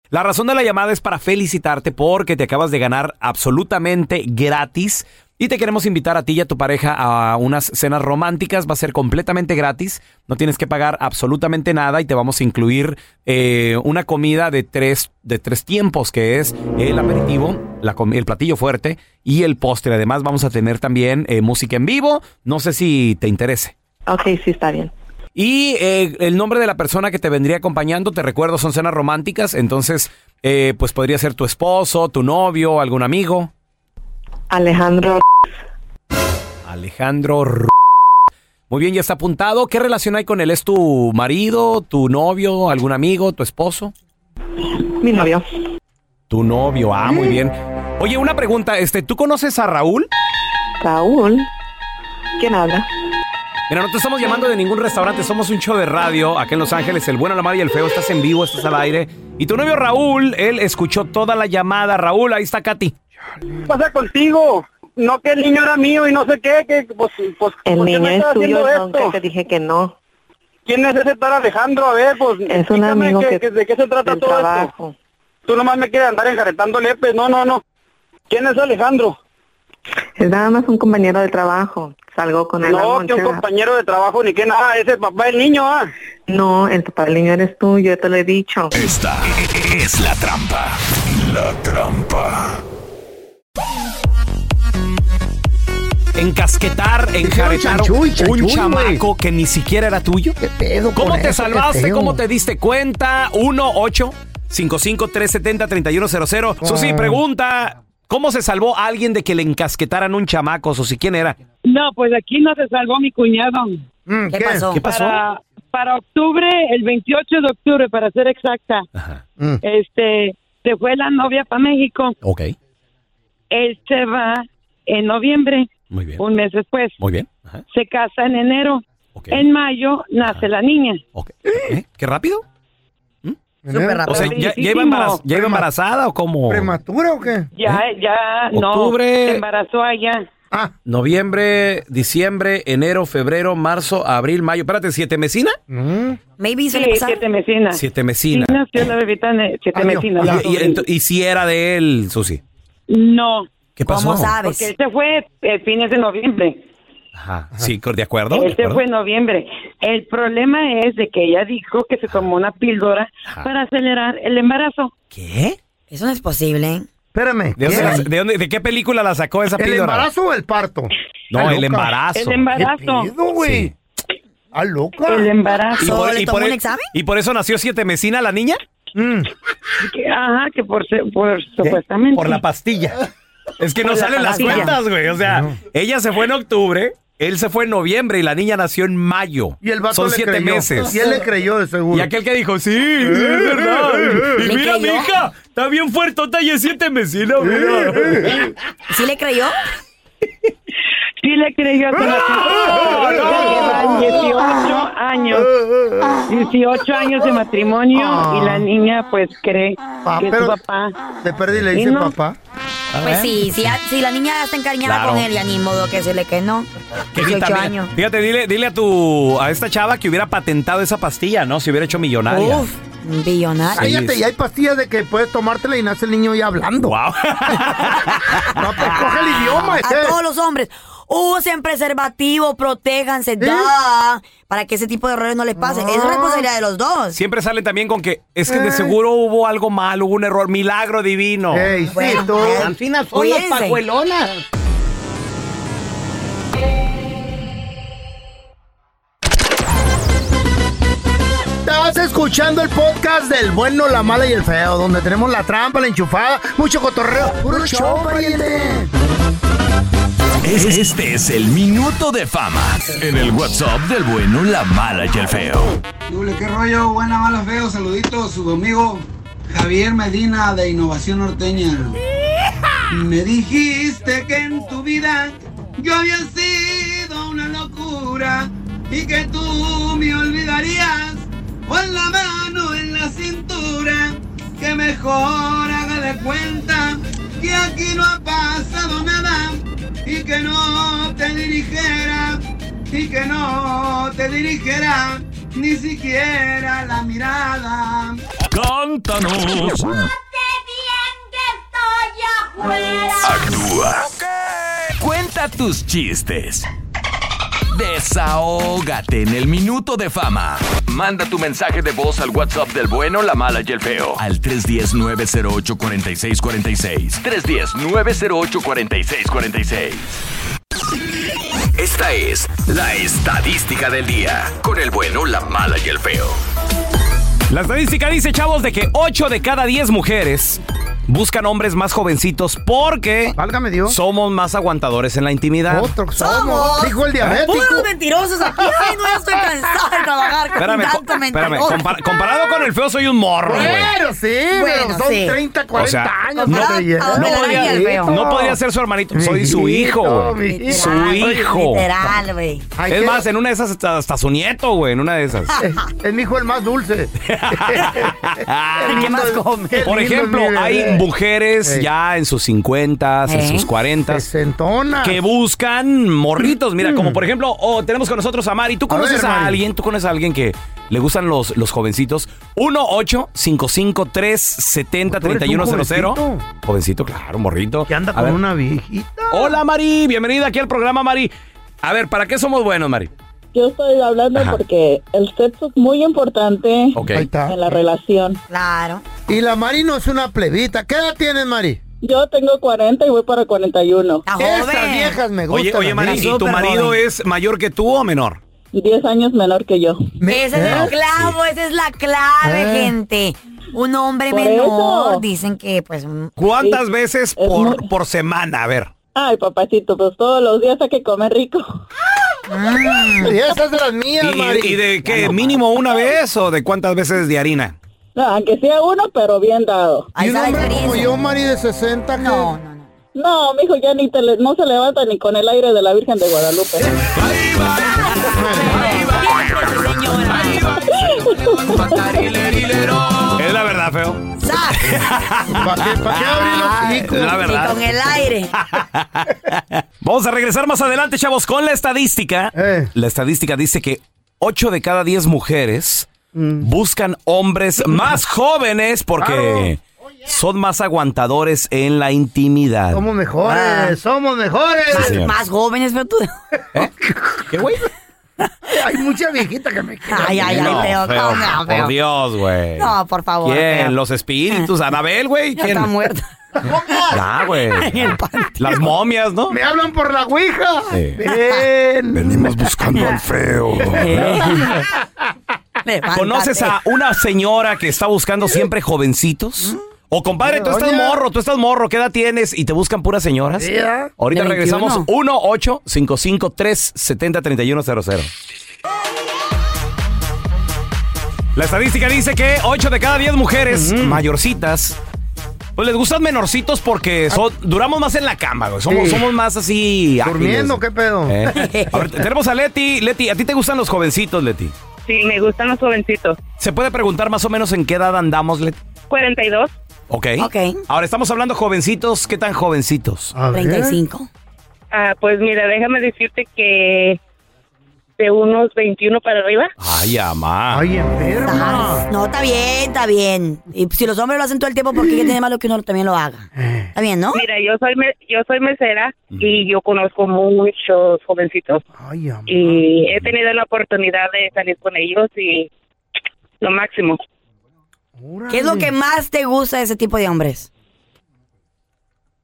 La razón de la llamada es para felicitarte porque te acabas de ganar absolutamente gratis y te queremos invitar a ti y a tu pareja a unas cenas románticas. Va a ser completamente gratis, no tienes que pagar absolutamente nada y te vamos a incluir eh, una comida de tres, de tres tiempos, que es el aperitivo, la com- el platillo fuerte y el postre. Además, vamos a tener también eh, música en vivo. No sé si te interese.
Ok, sí, está bien.
Y eh, el nombre de la persona que te vendría acompañando, te recuerdo, son cenas románticas, entonces eh, pues podría ser tu esposo, tu novio, algún amigo.
Alejandro.
Alejandro. R- Muy bien, ya está apuntado. ¿Qué relación hay con él? ¿Es tu marido, tu novio, algún amigo, tu esposo?
Mi novio.
Tu novio, ah, muy bien. Oye, una pregunta, este, ¿tú conoces a Raúl?
Raúl. ¿Quién habla?
Mira, no te estamos llamando de ningún restaurante, somos un show de radio acá en Los Ángeles, el bueno, la mala y el feo, estás en vivo, estás al aire. Y tu novio Raúl, él escuchó toda la llamada. Raúl, ahí está Katy.
¿Qué pasa contigo? No que el niño era mío y no sé qué, que pues... pues
El
¿por qué
niño
me
es
estás
tuyo,
haciendo
nunca
esto?
te dije que no.
¿Quién es ese tal Alejandro? A ver, pues...
Es un
explícame
amigo
qué-
que-
qué- ¿De qué se trata
del
todo
trabajo.
esto? Tú nomás me quieres andar enjaretando lepes. No, no, no. ¿Quién es Alejandro?
Es nada más un compañero de trabajo. Salgo con él a
No, que un
lonchear.
compañero de trabajo ni que nada. Ese es papá del niño, ¿ah?
No, el papá del niño eres tú, yo te lo he dicho.
Esta es la trampa. La trampa.
Encasquetar, enjaretar
chanchuy, chanchuy,
un
güey.
chamaco que ni siquiera era tuyo.
con
¿Cómo te
eso? Qué
salvaste?
feo.
¿Cómo te diste cuenta? 1 8 55 370 3100
Ah.
Susi, pregunta. ¿Cómo se salvó alguien de que le encasquetaran un chamaco? Susi, ¿quién era?
No, pues aquí no se salvó mi cuñado.
Mm, ¿Qué ¿qué? pasó? ¿Qué pasó?
Para, para octubre, el 28 de octubre, para ser exacta,
Mm.
este, se fue la novia para México.
Ok,
Él se va en noviembre,
muy bien. Ah.
un mes después.
Muy bien.
Se casa en enero. En mayo nace la niña.
¿Eh? ¿Qué rápido? ¿Mm?
Súper rápido.
O sea, ¿ya, ya iba, embaraz- ya iba embarazada o cómo?
¿Prematura o qué?
Ya, ya,
¿Eh? Octubre.
no, se embarazó allá.
Noviembre, diciembre, enero, febrero, marzo, abril, mayo. Espérate, ¿siete mesina?
Mm.
Maybe se
sí,
le pasaba.
siete mesinas.
Siete mesina.
Sí, nació la bebita en siete mesinas. la
Y, y
sobrina.
ento- y si era de él, Susi.
No.
¿Qué pasó? ¿Cómo sabes?
Porque él se fue eh, fines de noviembre.
Ajá. Sí, cor- de acuerdo. de
Él se
acuerdo.
Este fue en noviembre. El problema es de que ella dijo que se tomó una píldora para acelerar el embarazo.
¿Qué?
Eso no es posible.
Espérame.
¿De, dónde la- de dónde- de qué película la sacó esa
¿El
píldora?
embarazo o el parto?
No,
Está
el
loca.
embarazo.
El embarazo.
¿Qué pedo, güey? ¿Ah, loca?
El embarazo.
¿Y por, y por e- y por eso nació siete mesina la niña? Mm,
Que- Ajá, que por, se- por supuestamente.
Por la pastilla. Es que no
Por la
salen las
pastilla.
cuentas, güey. O sea, ella se fue en octubre, él se fue en noviembre y la niña nació en mayo.
Y el vato
Son
le
siete
creyó.
meses.
Y él le creyó, de seguro.
Y aquel que dijo, sí, es verdad. Y
¿Le
mira,
creyó? *laughs*
mi hija, está bien fuertota y es siete mesina, mira.
¿Sí le creyó?
Sí le creyó. se la
¡Ah!
creyó. Llevan 18 años. 18 años de matrimonio y
Ah.
la niña pues cree que es su
pero-
papá.
Te perdí, le
Y
dice
no.
papá.
Pues sí, si, ya- si la niña ya está encariñada
Claro.
con él, ya ni modo que decirle que no.
Que sí,
18
también.
años.
Fíjate, dile, dile a tu a esta chava que hubiera patentado esa pastilla, ¿no? Se hubiera hecho millonaria.
Uf, billonario.
Cállate, y hay pastillas de que puedes tomártela y nace el niño ya hablando.
*laughs* Wow.
coge el idioma, este.
A todos los hombres. Usen preservativo, protéjanse, da,
¿Eh?
para que ese tipo de errores no les pase. Es
Ah.
Ah.
responsabilidad de los dos.
Siempre salen también con que es que de seguro hubo algo mal, hubo un error, milagro divino.
Bueno,
pues,
Al final son las
cuídense.
pajuelonas.
*laughs* Estás escuchando el podcast del bueno, la mala y el feo, donde tenemos la trampa, la enchufada, mucho cotorreo. ¡Puro show, pariente!
Es- Este es el minuto de fama en el WhatsApp del bueno, la mala y el feo.
Dule, qué rollo, buena, mala, feo, saluditos, su amigo Javier Medina de Innovación Norteña. Me dijiste que en tu vida yo había sido una locura y que tú me olvidarías con la mano en la cintura. Que mejor haga de cuenta que aquí no ha pasado nada y que no te dirigiera y que no te dirigiera ni siquiera la mirada.
Cántanos. Actúa. Cuenta tus chistes. Desahógate en el minuto de fama. Manda tu mensaje de voz al WhatsApp del bueno, la mala y el feo. Al 310-908-4646. 310-908-4646.
Esta es la estadística del día con el bueno, la mala y el feo.
La estadística dice, chavos, de que 8 de cada 10 mujeres buscan hombres más jovencitos porque somos más aguantadores en la intimidad.
Otro somos. Dijo el diabético.
Puros mentirosos aquí. Ay, no, ya estoy cansado de trabajar con
Espérame,
tanto
co- espérame,
mentiroso.
compar- comparado con el feo soy un morro, güey.
Pero sí, pero
Bueno,
son
sí.
30, 40
O sea,
años.
no-
para llegar.
no podría, no podría ser su hermanito, soy su hijo, güey.
Mijito,
Su
mijito.
hijo.
Literal, güey.
Ay,
Es
qué-
más, en una de esas hasta, hasta su nieto, güey, en una de esas.
*laughs* Es, es mi hijo el
*laughs*
más dulce.
¿Qué más
Ah. come?
Por ejemplo, hay mujeres
Ey.
ya en sus 50,
Ey.
en sus 40 que buscan morritos. Mira, como por ejemplo, oh, tenemos con nosotros a Mari. ¿Tú
Mm. A ver,
conoces a,
Mari.
alguien? ¿Tú conoces a alguien que le gustan los, los jovencitos? 1 8 55 370
¿Tú eres un
3100
jovencito?
Jovencito, claro, morrito. Que anda
Con una viejita.
Hola, Mari. Bienvenida aquí al programa, Mari. A ver, ¿para qué somos buenos, Mari?
Yo estoy hablando
Ajá.
porque el sexo es muy importante
Ok. Ahí está.
en la relación.
Claro.
Y la Mari no es una plebita. ¿Qué edad tienes, Mari?
Yo tengo 40 y voy para 41.
Estas viejas me gustan.
Oye, oye, Mari, ¿y tu marido es mayor que tú o menor?
10 años menor que yo.
Ese es el clavo, esa es la clave,
Eh.
gente. Un hombre
Por
menor,
eso.
dicen que, pues... un-
¿Cuántas veces por, por semana? A ver.
Ay, papacito, pues todos los días hay que comer rico.
Ah.
Y esas de las mías,
¿Y, y de qué? ¿Mínimo una vez o de cuántas veces de harina?
No, aunque sea uno, pero bien dado.
¿Y un hombre como yo, Mari, de 60? No, no,
No, mijo, ya ni te le- no se levanta ni con el aire de la Virgen de Guadalupe.
*laughs*
Es la verdad, feo. *laughs*
¿Para qué, pa' qué abrir los hijos?
La verdad.
Ah, Y con el aire.
Vamos a regresar más adelante, chavos, con la estadística. La estadística dice que 8 de cada 10 mujeres buscan hombres más jóvenes porque son más aguantadores en la intimidad.
Somos mejores,
Ah.
somos mejores.
Sí, señor.
Más jóvenes, pero
*laughs*
tú...
¿Qué güey?
*laughs* Hay mucha viejita que me queda.
Ay, ay, ay,
No,
feo,
feo,
no,
por
feo.
Dios, güey.
No, por favor.
¿Quién?
feo.
Los espíritus, Anabel, güey.
Ya
¿Quién?
está muerta.
Ya, güey. Las momias, ¿no?
Me hablan por la ouija.
Sí.
Ven.
Venimos
*laughs*
buscando al feo. *laughs* ¿Conoces a una señora que está buscando siempre jovencitos? O compadre, tú estás
Doña.
morro, tú estás morro, ¿qué edad tienes? ¿Y te buscan puras señoras?
Sí, ¿eh?
Ahorita
De
regresamos
21.
1 8 55 370 3100 La estadística dice que 8 de cada 10 mujeres mayorcitas Pues les gustan menorcitos porque son- duramos más en la cama, güey. Somos,
Ah. Sí.
somos más así. ágiles.
¿Durmiendo? ¿Qué pedo?
¿Eh? A ver, te- tenemos a Leti. Leti, ¿a ti te gustan los jovencitos, Leti?
Sí, me gustan los jovencitos.
¿Se puede preguntar más o menos en qué edad andamos, Leti?
42.
Ok.
Ok.
Ahora estamos hablando jovencitos. ¿Qué tan jovencitos?
Ah, pues mira, déjame decirte que de unos 21 para arriba.
Ay, amá. Ay,
Estás- No, está bien, está bien. Y si los hombres lo hacen todo el tiempo, ¿por qué tiene de malo que uno también lo haga? Está bien, ¿no?
Mira, yo soy me- yo soy mesera y yo conozco muchos jovencitos. y he tenido la oportunidad de salir con ellos y lo máximo.
¿Qué es lo que más te gusta de ese tipo de hombres?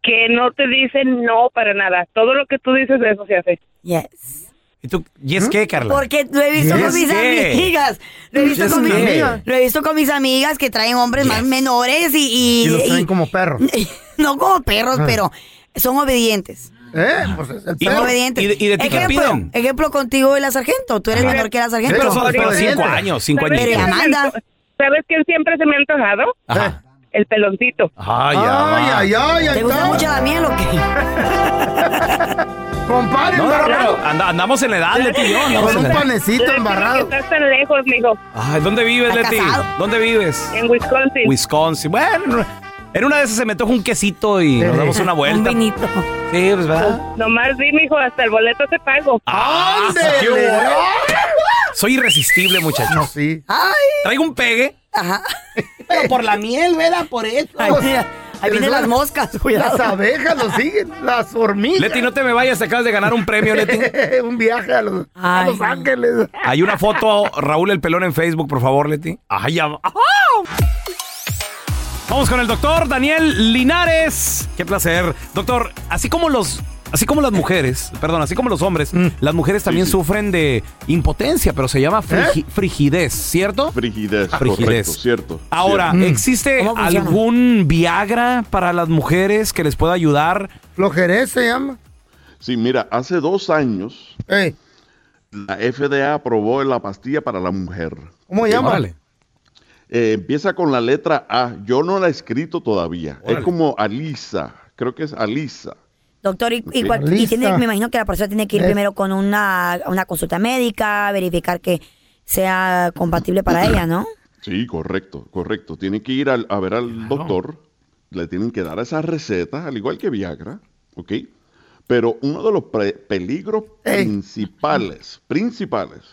Que no te dicen no para nada. Todo lo que tú dices, eso se hace.
Yes.
¿Y tú? ¿Y es qué, Carla?
Porque lo he visto
¿Y
con
es
mis
qué?
amigas. Lo he, visto
¿Y es
con mis,
qué?
lo he visto con mis amigas que traen hombres más menores y...
Y los traen
y-
como perros.
no como perros,
Ah.
pero son obedientes.
¿Eh? Pues es el
Son
perro.
obedientes. ejemplo, Ejemplo contigo y la sargento. Tú eres
Ajá.
menor que la sargento.
Pero son- pero cinco años, cinco
¿Sabes
años.
quién se me
Amanda.
anto- ¿Sabes quién siempre se me ha antojado?
Ajá.
El peloncito.
Ay, amá.
¿Te gusta mucho la miel o qué?
Compadre,
No, no, no, pero anda- andamos en la edad, Leti y yo. andamos en la edad.
embarrado. Estás tan lejos, mijo.
Ay, ¿dónde vives,
¿Está
Leti?
casado?
¿Dónde vives?
En Wisconsin.
Wisconsin. Bueno, en una de esas se me antoja un quesito y nos damos una vuelta.
Un vinito.
Sí, pues va.
Nomás di, mijo, hasta el boleto te pago.
Ah, qué bueno. Soy irresistible, muchachos. No, sí. Traigo un pegue.
Ajá.
*laughs* Pero por la miel, ¿verdad? Por eso.
Se les van- Las abejas lo siguen, las hormigas.
Leti, no te me vayas, te acabas de ganar un *laughs* premio, Leti.
*laughs* un viaje a los, a
Ay,
Los
no.
Ángeles.
Hay una foto, Raúl el Pelón en Facebook, por favor, Leti. Ay, ya. va. Vamos con el doctor Daniel Linares. Qué placer. Doctor, así como los. Así como las mujeres, perdón, así como los hombres, las mujeres también sufren de impotencia, pero se llama frigi- frigidez, ¿cierto?
¿Eh?
Ah,
Frigidez,
Frigidez.
correcto, cierto.
Ahora,
cierto.
¿existe
¿Cómo funciona?
algún Viagra para las mujeres que les pueda ayudar?
Flojerez se llama.
Sí, mira, hace dos años
Ey,
la FDA aprobó la pastilla para la mujer.
¿Cómo llama?
Eh, empieza con la letra A. Yo no la he escrito todavía.
Órale.
Es como Alisa. Creo que es Alisa.
Doctor, y, y
Sí.
cual- y
Lista.
tiene, me imagino que la persona tiene que ir
Eh.
primero con una, una consulta médica, verificar que sea compatible para ella, ¿no?
Sí, correcto, correcto. Tienen que ir al- a ver al doctor, le tienen que dar esas recetas, al igual que Viagra, ¿ok? Pero uno de los pre- peligros principales, principales,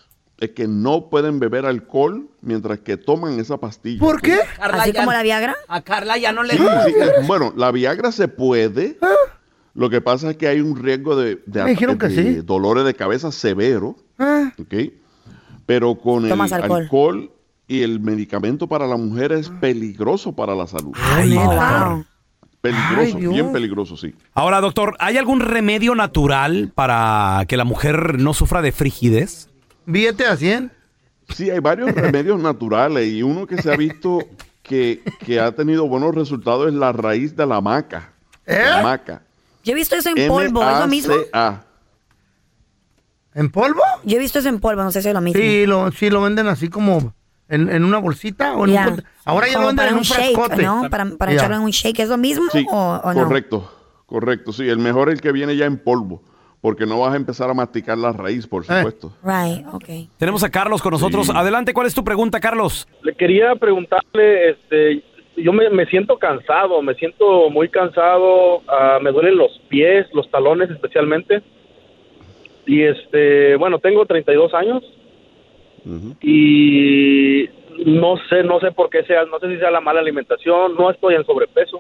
es que no pueden beber alcohol mientras que toman esa pastilla. ¿Por qué? Ah.
Así como la Viagra.
A Carla ya no le
Ah,
bueno, la Viagra se puede. Lo que pasa es que hay un riesgo de, de-
Me dijeron que
de
sí.
dolores de cabeza severo.
Ah.
¿ok? Pero con el
Tomas
alcohol.
alcohol.
y el medicamento para la mujer es peligroso para la salud.
Ah,
Peligroso,
Ay, Dios.
bien peligroso, sí.
Ahora, doctor, ¿hay algún remedio natural para que la mujer no sufra de frigidez?
billete a 100.
Sí, hay varios remedios naturales y uno que se ha visto que, que ha tenido buenos resultados es la raíz de la maca. La maca.
Yo he visto eso en polvo, ¿es lo mismo?
M-A-C-A.
¿En polvo?
Yo he visto eso en polvo, no sé si es lo mismo.
Sí, lo, sí, lo venden así como en, en una bolsita o en
Ya.
un pot- Ahora ya
Como
lo venden
para
en un,
shake,
frascote.
¿no? Para, para
Ya.
echarlo en un shake, ¿es lo mismo
Sí,
o, o no?
correcto, correcto. Sí, el mejor es el que viene ya en polvo, porque no vas a empezar a masticar la raíz, por supuesto.
Right, ok.
Tenemos a Carlos con nosotros. Adelante, ¿cuál es tu pregunta, Carlos?
Le quería preguntarle, este, yo me, me siento cansado, me siento muy cansado, ah, me duelen los pies, los talones especialmente. Y este, bueno, tengo 32 años y no sé, no sé por qué sea, no sé si sea la mala alimentación, no estoy en sobrepeso,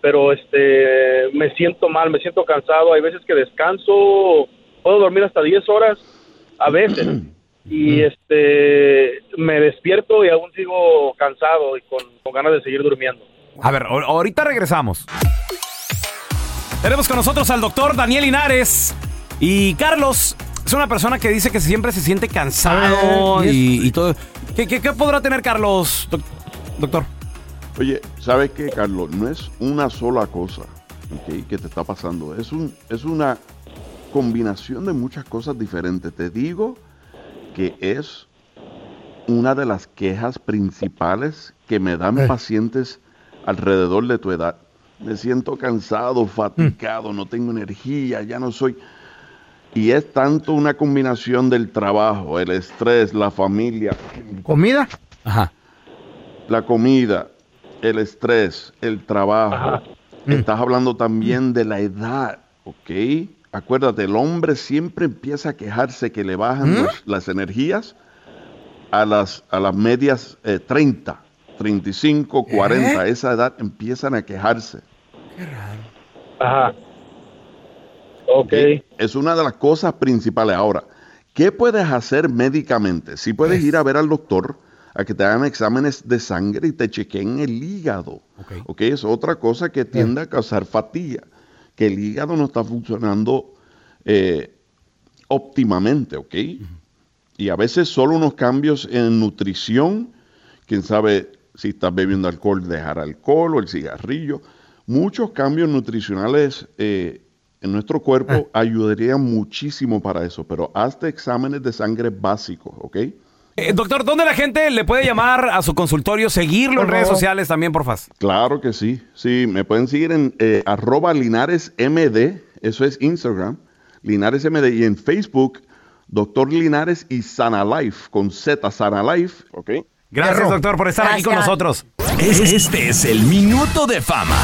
pero este, me siento mal, me siento cansado, hay veces que descanso, puedo dormir hasta 10 horas, a veces. y este me despierto y aún sigo cansado y con, con ganas de seguir durmiendo.
A ver, ahor- ahorita regresamos. Tenemos con nosotros al doctor Daniel Linares. Y Carlos es una persona que dice que siempre se siente cansado
Ah, y es-
y, y todo. ¿Qué, qué- qué podrá tener Carlos, doc- doctor?
Oye, ¿sabes qué, Carlos? No es una sola cosa ¿ok? que te está pasando. Es, un, es una combinación de muchas cosas diferentes. Te digo que es una de las quejas principales que me dan pacientes alrededor de tu edad. Me siento cansado, fatigado, no tengo energía, ya no soy... Y es tanto una combinación del trabajo, el estrés, la familia.
¿Comida?
Ajá.
La comida, el estrés, el trabajo. Estás hablando también de la edad, ¿ok? Acuérdate, el hombre siempre empieza a quejarse que le bajan los- las energías a las, a las medias eh, 30, 35, 40. A esa edad empiezan a quejarse.
Ajá.
Ok. Es una de las cosas principales. Ahora, ¿qué puedes hacer médicamente? Si puedes ir a ver al doctor a que te hagan exámenes de sangre y te chequeen el hígado. Ok. Es otra cosa que tiende a causar fatiga. Que el hígado no está funcionando eh, óptimamente, ¿ok? Y a veces solo unos cambios en nutrición, quién sabe si estás bebiendo alcohol, dejar alcohol o el cigarrillo. Muchos cambios nutricionales eh, en nuestro cuerpo ayudarían muchísimo para eso, pero hazte exámenes de sangre básicos, ¿ok?
Eh, doctor, ¿dónde la gente le puede llamar a su consultorio, seguirlo en redes sociales también, por favor?
Claro que sí, sí, me pueden seguir en eh, arroba linaresmd, eso es Instagram, linaresmd y en Facebook, doctor Linares y Sana Life, con Z, Sana Life, ¿ok?
Gracias, doctor, por estar aquí con nosotros.
Es- Este es el minuto de fama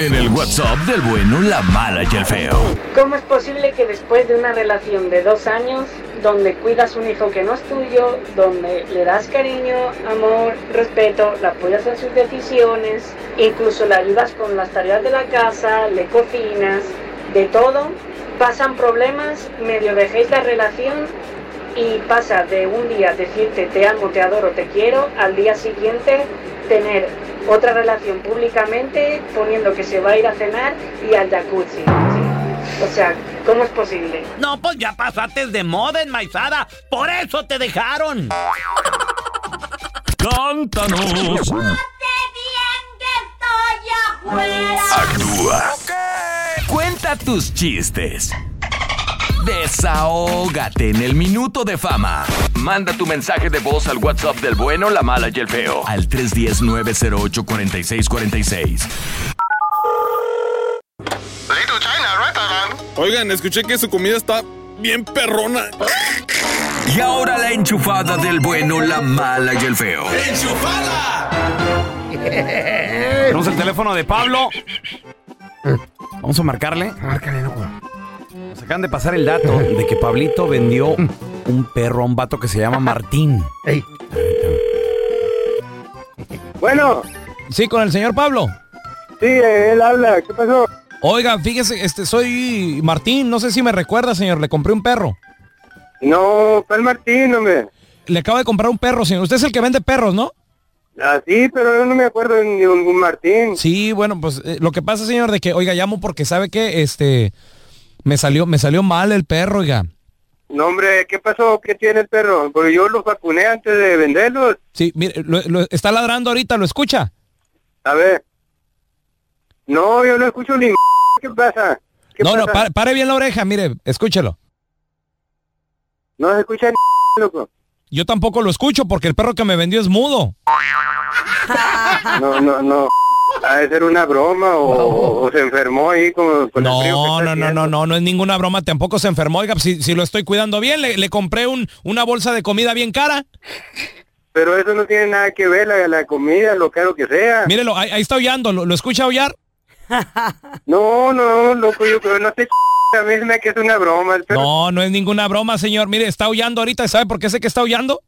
en el WhatsApp del bueno, la mala y el feo.
¿Cómo es posible que después de una relación de dos años, donde cuidas un hijo que no es tuyo, donde le das cariño, amor, respeto, le apoyas en sus decisiones, incluso le ayudas con las tareas de la casa, le cocinas, de todo, pasan problemas, medio dejéis la relación y pasa de un día decirte te amo, te adoro, te quiero, al día siguiente tener otra relación públicamente poniendo que se va a ir a cenar y al jacuzzi. O sea, ¿cómo es posible?
No, pues ya pasaste de moda enmaizada. Por eso te dejaron.
Cántanos. Actúa. Cuenta tus chistes. Desahógate en el minuto de fama. Manda tu mensaje de voz al WhatsApp del bueno, la mala y el feo. Al 310-908-4646.
Oigan, escuché que su comida está bien perrona.
Y ahora la enchufada del bueno, la mala y el feo.
Tenemos el teléfono de Pablo. Vamos a marcarle. Nos acaban de pasar el dato de que Pablito vendió un perro a un vato que se llama Martín.
Bueno.
Sí, con el señor Pablo.
Sí, él habla. ¿Qué pasó?
Oiga, fíjese, este, soy Martín. No sé si me recuerda, señor. Le compré un perro.
No, ¿cuál Martín, hombre?
Le acabo de comprar un perro, señor. Usted es el que vende perros, ¿no?
Ah, sí, pero yo no me acuerdo de ningún Martín.
Sí, bueno, pues eh, lo que pasa, señor, de que, oiga, llamo porque sabe que, este, me salió, me salió mal el perro, oiga.
No, hombre, ¿qué pasó? ¿Qué tiene el perro? Porque yo los vacuné antes de venderlos.
Sí, mire, lo- lo- está ladrando ahorita, ¿lo escucha?
A ver. No, yo no escucho ni... m- ¿Qué pasa? ¿Qué
No, no,
pasa?
pare, pare bien la oreja, mire, escúchelo.
No se escucha ni... m- loco.
Yo tampoco lo escucho porque el perro que me vendió es mudo.
Ah, No, no, no. Ha de ser una broma o, o se enfermó ahí con, con el frío que
No,
está
no, no, no, no, no es ninguna broma, tampoco se enfermó, oiga, si, si lo estoy cuidando bien, le, le compré un, una bolsa de comida bien cara.
Pero eso no tiene nada que ver la, la comida, lo caro que sea.
Mírelo, ahí, ahí está aullando, ¿lo, lo escucha aullar?
*laughs* No, no, loco, yo creo, no te *laughs* a mí se me hace que es una broma. El perro,
No, no es ninguna broma, señor, mire, está aullando ahorita, ¿sabe por qué sé que está aullando?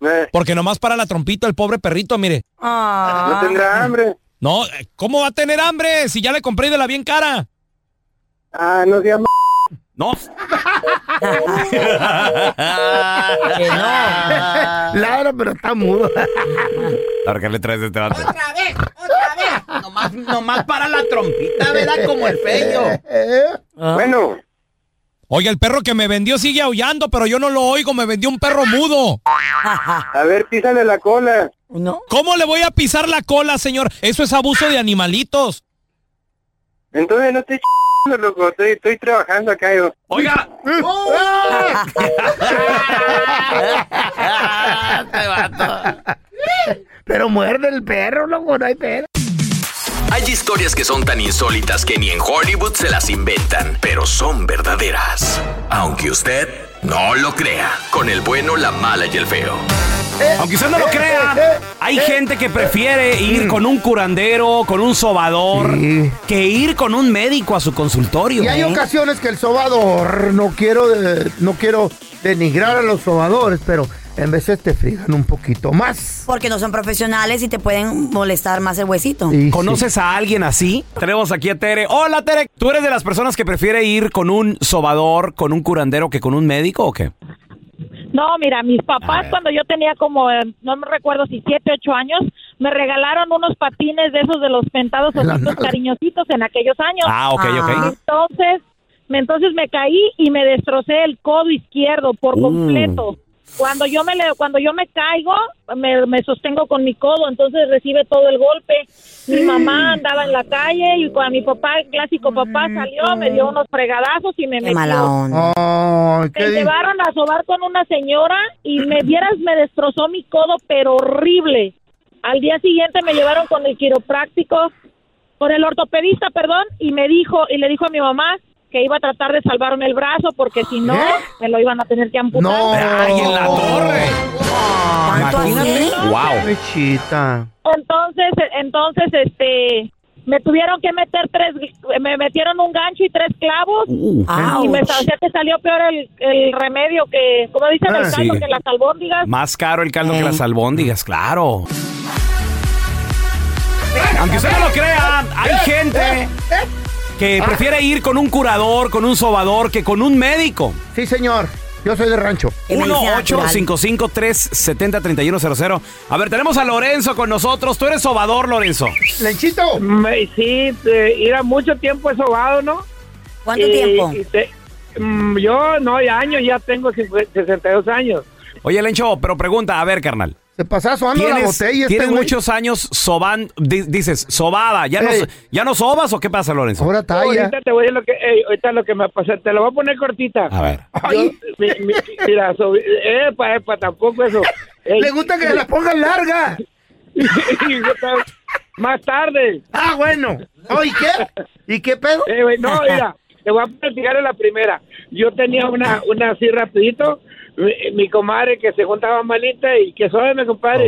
eh,
Porque nomás para la trompita el pobre perrito, mire.
no tendrá hambre.
No, eh, ¿cómo va a tener hambre si ya le compré de la bien cara?
Ah, no seas m- *laughs*
*laughs*
No.
*laughs*
Ladra, pero está mudo. *laughs*
Ahora que le traes este vato.
Otra vez, otra vez. Nomás, nomás para la trompita, ¿verdad? Como el pello.
Bueno.
Oiga, el perro que me vendió sigue aullando, pero yo no lo oigo, me vendió un perro mudo.
A ver, písale la cola.
¿Cómo le voy a pisar la cola, señor? Eso es abuso de animalitos.
Entonces no estoy ch... loco, estoy, estoy trabajando acá yo.
Oiga.
Mm.
¡Oh!
Ah.
Pero muerde el perro, loco, no hay perro.
Hay historias que son tan insólitas que ni en Hollywood se las inventan, pero son verdaderas. Aunque usted no lo crea, con el bueno, la mala y el feo.
Aunque usted no lo
eh,
crea, hay gente que prefiere ir
Mm.
con un curandero, con un sobador, que ir con un médico a su consultorio.
Y hay
¿eh?
ocasiones que el sobador, no quiero, eh, no quiero denigrar a los sobadores, pero en veces te frigan un poquito más.
Porque no son profesionales y te pueden molestar más el huesito.
¿Conoces a alguien así? Tenemos aquí a Tere. Hola, Tere. ¿Tú eres de las personas que prefiere ir con un sobador, con un curandero, que con un médico o qué?
No, mira, mis papás cuando yo tenía como, eh, no me recuerdo si siete, ocho años, me regalaron unos patines de esos de los pentados
En la
ositos
nalga.
cariñositos en aquellos años.
Ah, ok, ok. Ah.
Entonces, me, entonces me caí y me destrocé el codo izquierdo por
Uh.
completo. Cuando yo me le- cuando yo me caigo, me, me sostengo con mi codo, entonces recibe todo el golpe. Mi mamá andaba en la calle y cuando mi papá, el clásico papá, salió, me dio unos fregadazos y me metió.
Ay,
Me
¿qué di-
llevaron a sobar con una señora
*clears throat*
y me vieras, me destrozó mi codo, pero horrible. Al día siguiente me llevaron con el quiropráctico, con el ortopedista, perdón, y me dijo, y le dijo a mi mamá que iba a tratar de salvarme el brazo porque si no,
¿Eh?
me lo iban a tener que amputar.
¡Ay, en la torre!
Ah,
Imagínate. ¡Wow!
Chita.
Entonces, e, entonces, este, me tuvieron que meter tres, me metieron un gancho y tres clavos
Uh,
y me
ouch.
sal- ya te salió peor el, el remedio que, como dicen
Ah,
el caldo,
sí.
que las albóndigas.
Más caro el
Eh.
caldo que las albóndigas, claro. Aunque usted no lo crea, hay
Eh.
gente
Ah.
que prefiere ir con un curador, con un sobador, que con un médico.
Sí, señor. Yo soy de rancho.
1-855-370-3100. A ver, tenemos a Lorenzo con nosotros. Tú eres sobador, Lorenzo.
¡Lenchito!
Sí, te- era mucho tiempo he sobado, ¿no?
¿Cuánto tiempo?
te- mm, yo, no, de años, ya tengo 50 62 años.
Oye, Lencho, pero pregunta, a ver, carnal.
Se pasás sobando la
¿Tienes,
botella este
tienes
güey.
muchos años sobando, dices, sobada, ¿ya, no,
Ey.
¿ya no sobas o qué pasa, Lorenzo?
Ahora
Ahorita te voy a decir lo que, ey, ahorita lo que me pasó, te lo voy a poner cortita.
A ver.
Yo- mi- mi- mira, so- epa, epa, tampoco eso.
Le gusta que la pongan
*laughs*
larga.
Más tarde. Eh,
Ah, bueno. ¿Y qué? ¿Y qué pedo?
no, mira, te voy a platicar en la primera. Yo tenía una, una así rapidito, mi, mi comadre que se juntaba malita y que suave, mi compadre.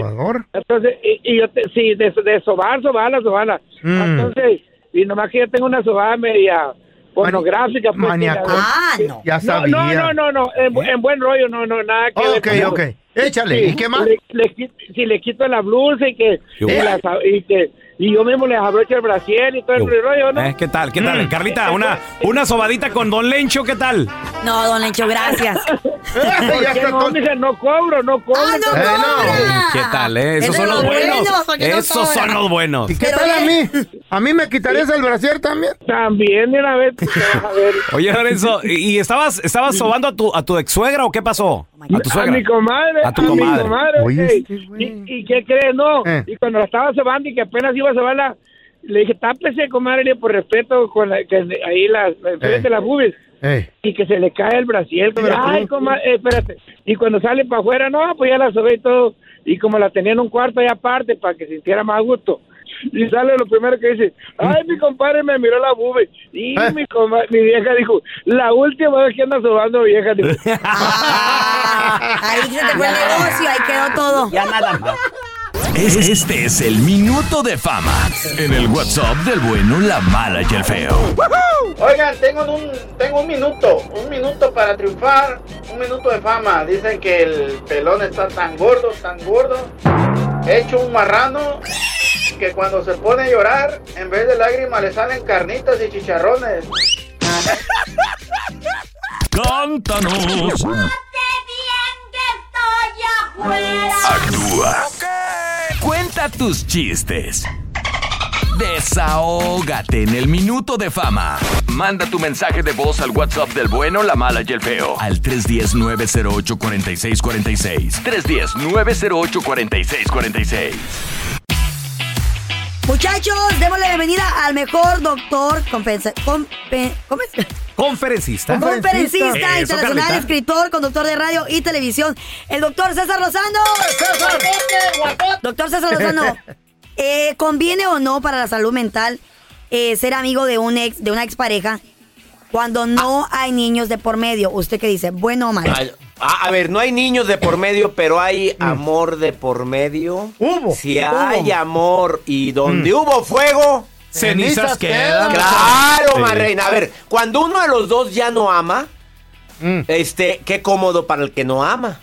Entonces, y, y yo, te- sí, de, de sobar, sobarla, sobarla.
Mm.
Entonces, y nomás que yo tengo una sobada media pornográfica. pues,
Maníaco.
que la-
Ah,
que-
no. Ya sabía. ¿Eh?
No, no, no, no, en, bu- en buen rollo, no, no, nada que
Ok,
ver.
ok. Échale, ¿y qué más?
Le- le qui- si le quito la blusa y que...
Yo.
y la- y que- y yo mismo les abrocho el brasier y todo el rollo, ¿no? Mm.
Eh, ¿Qué tal? ¿Qué tal? Carlita, una, una sobadita con Don Lencho, ¿qué tal?
No, don Lencho,
*laughs*
gracias. Ah,
Ya está no, mija, no cobro, no cobro.
Eh, no. ¿Qué tal? eh? Esos
Ah,
son
Es de
los
los
buenos.
buenos, porque no
Esos
sobra.
son los buenos.
¿Y qué tal a mí? ¿A mí me quitarías el brasier también?
También, mira, a ver.
Oye, Lorenzo, ¿y, y estabas, estabas sobando a tu, a tu ex suegra o qué
Oh
pasó? A tu
A
suegra.
mi comadre,
A tu
mi
comadre. Oye,
ey. ¿Y, y qué crees? No.
Eh.
Y cuando la estaba sobando y que apenas iba a sobarla, le dije, tápese, comadre, le- por respeto, con la, que ahí las, enfrente
Eh.
las bubis. Y que se le cae el brasier. comadre.
Pero tú-
Ay, comadre, eh, espérate. Y cuando sale para afuera, no, pues ya la sobé y todo. Y como la tenía en un cuarto ahí aparte para que sintiera más gusto. Y sale lo primero que dice, ay, mi compadre me miró la bube. Y mi, coma- mi vieja dijo, la última vez que anda sobando vieja.
*laughs*
Dijo,
Ahí se te
*laughs*
fue el negocio, ahí quedó todo. Ya nada más.
Es- Este es el minuto de fama en el WhatsApp del bueno, la mala y el feo.
Oigan, tengo un, tengo un minuto, un minuto para triunfar, un minuto de fama. Dicen que el pelón está tan gordo, tan gordo, hecho un marrano, que cuando se pone a llorar, en vez de lágrimas le salen carnitas y chicharrones.
Cántanos. Actúa. Cuenta tus chistes. Desahógate en el minuto de fama. Manda tu mensaje de voz al WhatsApp del bueno, la mala y el feo. Al 310-908-4646. 310-908-4646.
Muchachos, démosle la bienvenida al mejor doctor compensa- compe- ¿cómo es?
Conferencista.
Conferencista
Eso,
internacional,
Carlita.
escritor, conductor de radio y televisión, el doctor César Lozano. Doctor César Lozano, eh, ¿conviene o no para la salud mental eh, ser amigo de un ex, de una expareja cuando no hay niños de por medio? ¿Usted qué dice? Bueno o malo.
Ay, ah, A, a ver, no hay niños de por medio, pero hay
Mm.
amor de por medio. Hubo. Si hay amor y donde hubo fuego,
Mm. Cenizas quedan.
Claro,
Sí.
Marreina. A ver, cuando uno de los dos ya no ama,
Mm.
este, qué cómodo para el que no ama.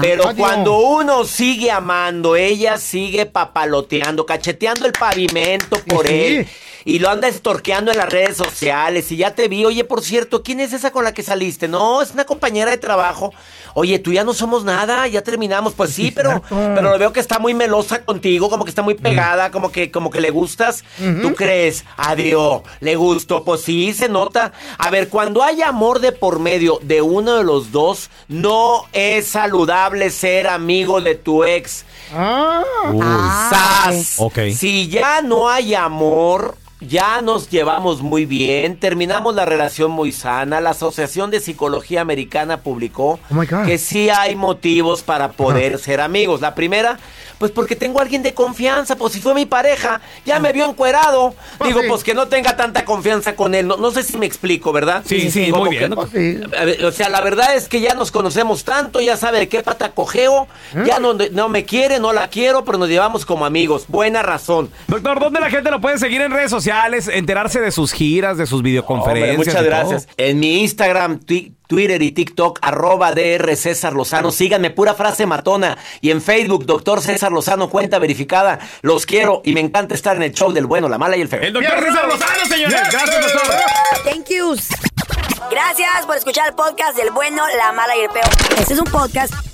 Pero
Adiós.
cuando uno sigue amando, ella sigue papaloteando, cacheteando el pavimento por él y lo anda estorqueando en las redes sociales. Y ya te vi, oye, por cierto, ¿quién es esa con la que saliste? No, es una compañera de trabajo. Oye, tú ya no somos nada, ya terminamos. Pues sí, pero, pero lo veo que está muy melosa contigo, como que está muy pegada, como que, como que le gustas. ¿Tú crees? Adiós, le gusto. Pues sí, se nota. A ver, cuando hay amor de por medio de uno de los dos, no es saludable ser amigo de tu ex. ¡Sas!
Ok.
Si ya no hay amor, ya nos llevamos muy bien, terminamos la relación muy sana. La Asociación de Psicología Americana publicó
Oh, my God.
que sí hay motivos para poder ser amigos. La primera, pues porque tengo a alguien de confianza, pues si fue mi pareja,
Ah.
ya me vio encuerado. Digo, pues que no tenga tanta confianza con él. No, no sé si me explico, ¿verdad?
Sí, sí,
Como
muy
que-
bien.
a ver, O sea, la verdad es que ya nos conocemos tanto, ya sabe de qué pata cojeo, ya no, no me quiere, no la quiero, pero nos llevamos como amigos. Buena razón.
Doctor, ¿dónde la gente lo puede seguir en redes sociales? Enterarse de sus giras, de sus videoconferencias.
Hombre, muchas
y todo?
gracias. En mi Instagram, twi- Twitter y TikTok, arroba DR César Lozano. Síganme, pura frase matona. Y en Facebook, doctor César Lozano, cuenta verificada. Los quiero y me encanta estar en el show del bueno, la mala y el feo. El
doctor César Lozano, señores. Gracias, doctor.
Thank yous. Gracias por escuchar el podcast del bueno, la mala y el peo. Este es un podcast